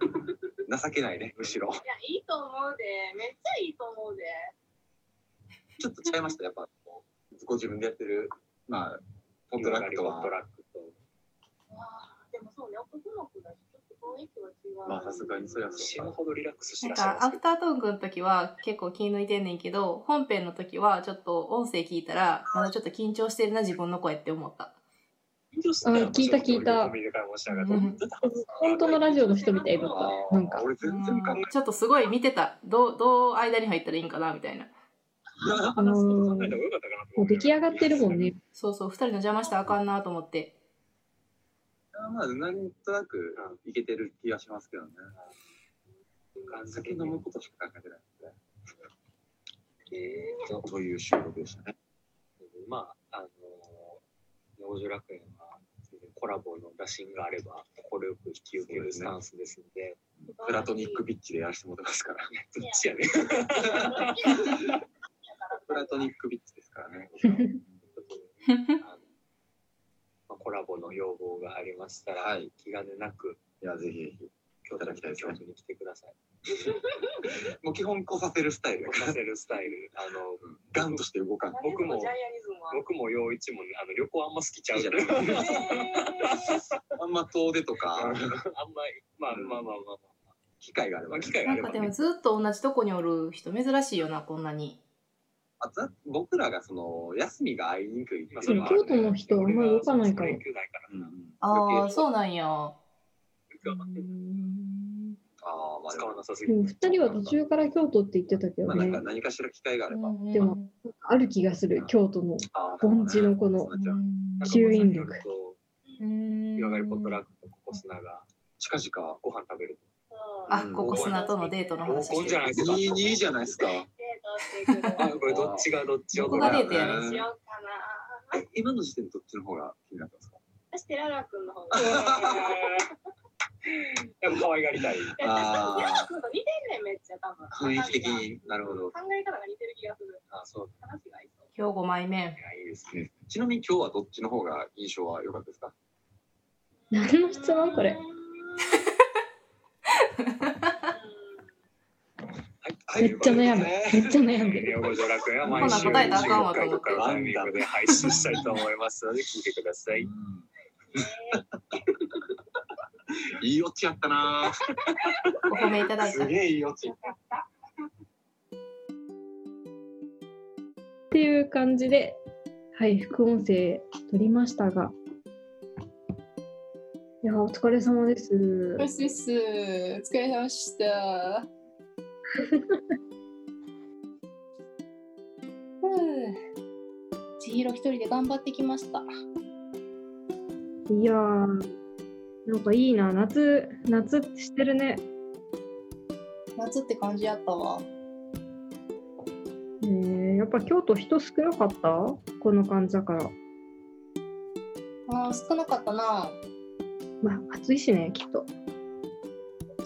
S4: 情けないねむしろ
S2: いや、いいと思うで、めっちゃいいと思うで。
S4: ちょっと違いましたやっぱこうご自分でやってるまあポットラックと
S6: ポ
S4: は
S6: ットラックと
S2: あーでもそうね、男の子だし、ちょっと雰囲気は違う。
S4: まあさすがにそりゃ
S6: 死
S4: そう
S6: ぬ
S4: か
S6: ほどリラックスして
S3: な
S6: らっ
S3: ん
S6: しゃい
S3: か
S6: ま、
S3: ア
S6: すけ
S3: フ
S6: ど
S3: タートークの時は結構気抜いてんねんけど、本編の時はちょっと音声聞いたら、まだちょっと緊張してるな、自分の声って思った。
S1: あ聞いた聞いた
S3: うん
S1: 本当のラジオの人みたいだ
S4: あ
S1: った
S4: ー
S1: なんか
S4: 俺全然考え
S3: ちょっとすごい見てた。どう、どう間に入ったらいいんかな、みたいな。
S1: あのーもう出来上がってるもん
S6: ね。
S1: ね
S3: そうそう、二人の邪魔したらあかんなと思って。
S4: まあなんとなくいけてる気がしますけどね酒飲むことしか考えてないのでえーとという収録でしたね
S6: まあ、あの、農場楽園はコラボの打診があれば、快く引き受けるスタンスですので、
S4: プラト
S2: [laughs]
S4: ニックビッチでやらせてもらってますからね
S6: どっちやねん。
S4: プラトニックビッチですからね
S6: コラボの要望がありましたら、
S4: はい
S6: 気兼ねなく、
S4: いやぜひぜひ
S6: 京都の人京都に来てください。
S4: もう基本来させるスタイル
S6: 任せるスタイ [laughs] ル。あの、
S4: ガンとして動かない
S6: 僕も
S2: ジャイアニズムは。
S6: 僕も陽一も、あの旅 [laughs] 行あんま好きちゃう
S4: いいじ
S6: じ
S4: ゃ
S6: ゃ
S4: な
S6: ないい
S4: あんま遠出と
S6: あんま
S4: か
S6: り、まあまあまあまあま
S4: 機会があれ
S6: あ、ま
S4: ば
S6: あ、
S4: ね
S6: 機会があ
S3: なん
S6: れば、
S3: か
S6: ね
S3: でも。ずっと同じとこにおる人珍しいよな、こんなに。
S4: あざ僕らがその休みが合いにくいって
S6: まあ
S4: いうのは
S1: 京都の人はあんまり動かないから
S6: 俺がその連休ないか
S4: う
S6: ら
S4: んう
S6: なん
S3: ああ、
S4: 余計
S3: そうなんや。
S4: あーまあ
S6: 使わなさすぎ
S1: で
S6: る
S1: も2人は途中から京都って言ってたけ
S4: ま
S1: ど
S4: あなん
S1: ね
S4: か何かしら機会があれば
S1: でもある気がする京都の
S4: あー
S1: 盆地のこの
S4: そうなっちゃう
S1: 吸引力
S6: と
S3: 湯
S6: 湯上がりポットラックとココスナが
S4: 近々
S6: ご飯食べる
S2: うん
S3: あ、ここ砂とのデートの
S6: 合
S3: 話
S6: コンじゃないですか
S4: いいいいじゃないですか
S2: デートしてく
S6: あ
S2: る。
S6: これどっちがどっちを
S3: ここがデートや
S4: ね
S2: しようかな。
S4: え今の時点でどっちの方が気になってますか
S2: 私寺川君の方が。
S6: やっぱ可愛がりた
S3: [laughs]
S6: い。
S2: いや多分 [laughs] 寺
S12: あ
S2: 川君と似てんねんめっちゃ多分。
S12: あ、雰囲気的になるほど。
S2: 考え方が似てる気がする。
S12: あそう
S2: 話が合いそう。
S3: 今日5枚目
S12: い。や、いいですね。ちなみに今日はどっちの方が印象は良かったですか
S1: 何の質問これ
S2: うーん。
S1: めっちゃ悩む。めっちゃ悩んでる。
S6: ネオゴジョラ君は毎週
S3: こんな答え出すかも
S6: 回とかのタイミングで配信したいと思いますので聞いてください。
S12: いいオチやったなぁ。
S3: お褒めいただいた
S12: す。げえいいオチ。
S1: っていう感じで、はい、副音声取りましたが。いや、お疲れ様です。
S13: よしです。お疲れ様でした。ふう千尋一人で頑張ってきました。
S1: いやー、なんかいいな、夏、夏してるね。
S13: 夏って感じやったわ。
S1: ねえやっぱ京都人少なかったこの感じだから。
S13: あー少なかったな。
S1: まあ、暑いしね、きっと。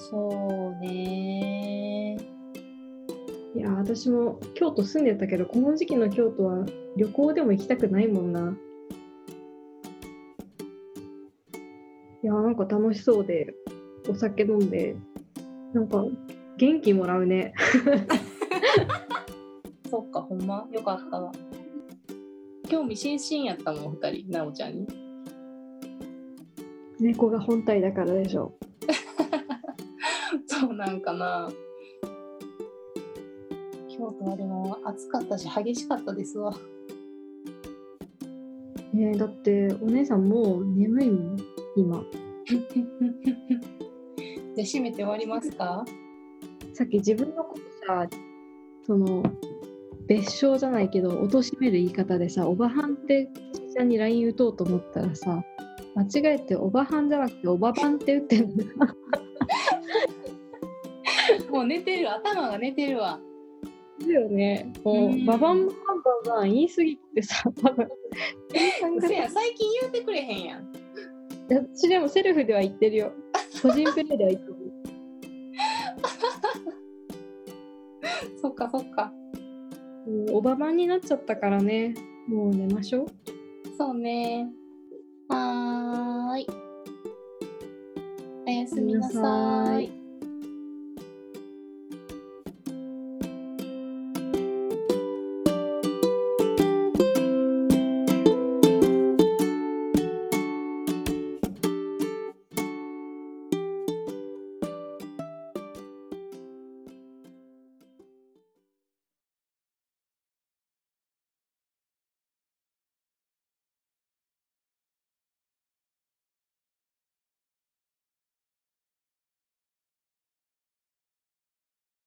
S13: そうね
S1: いやー、私も京都住んでたけど、この時期の京都は旅行でも行きたくないもんな。いやー、なんか楽しそうで、お酒飲んで、なんか元気もらうね。
S13: そっか、ほんま。よかったわ。興味津々やったもん、二人、なおちゃ [laughs] んに。
S1: 猫が本体だからでしょ。
S13: そうなんかな。京都はでも暑かったし激しかったですわ。
S1: ねえだってお姉さんもう眠いもん、今。
S13: じゃあ締めて終わりますか
S1: さっき自分のことさその別称じゃないけど貶める言い方でさおばはんってちちゃんに LINE 打とうと思ったらさ間違えておばはんじゃなくておばばんって打ってる
S13: もう寝てる、頭が寝てるわ。
S1: だよねも
S13: うん
S1: うババンバンバンバン言い過ぎてさ多分
S13: せや、最近言うてくれへんやん。
S1: 私でもセルフでは言ってるよ個人プレイでは言ってる
S13: そっかそっか。
S1: もうおばばんになっちゃったからねもう寝ましょう
S13: そうね。はーい。おやすみなさ
S1: おやすみなさ
S13: ー
S1: ー
S13: い
S1: い。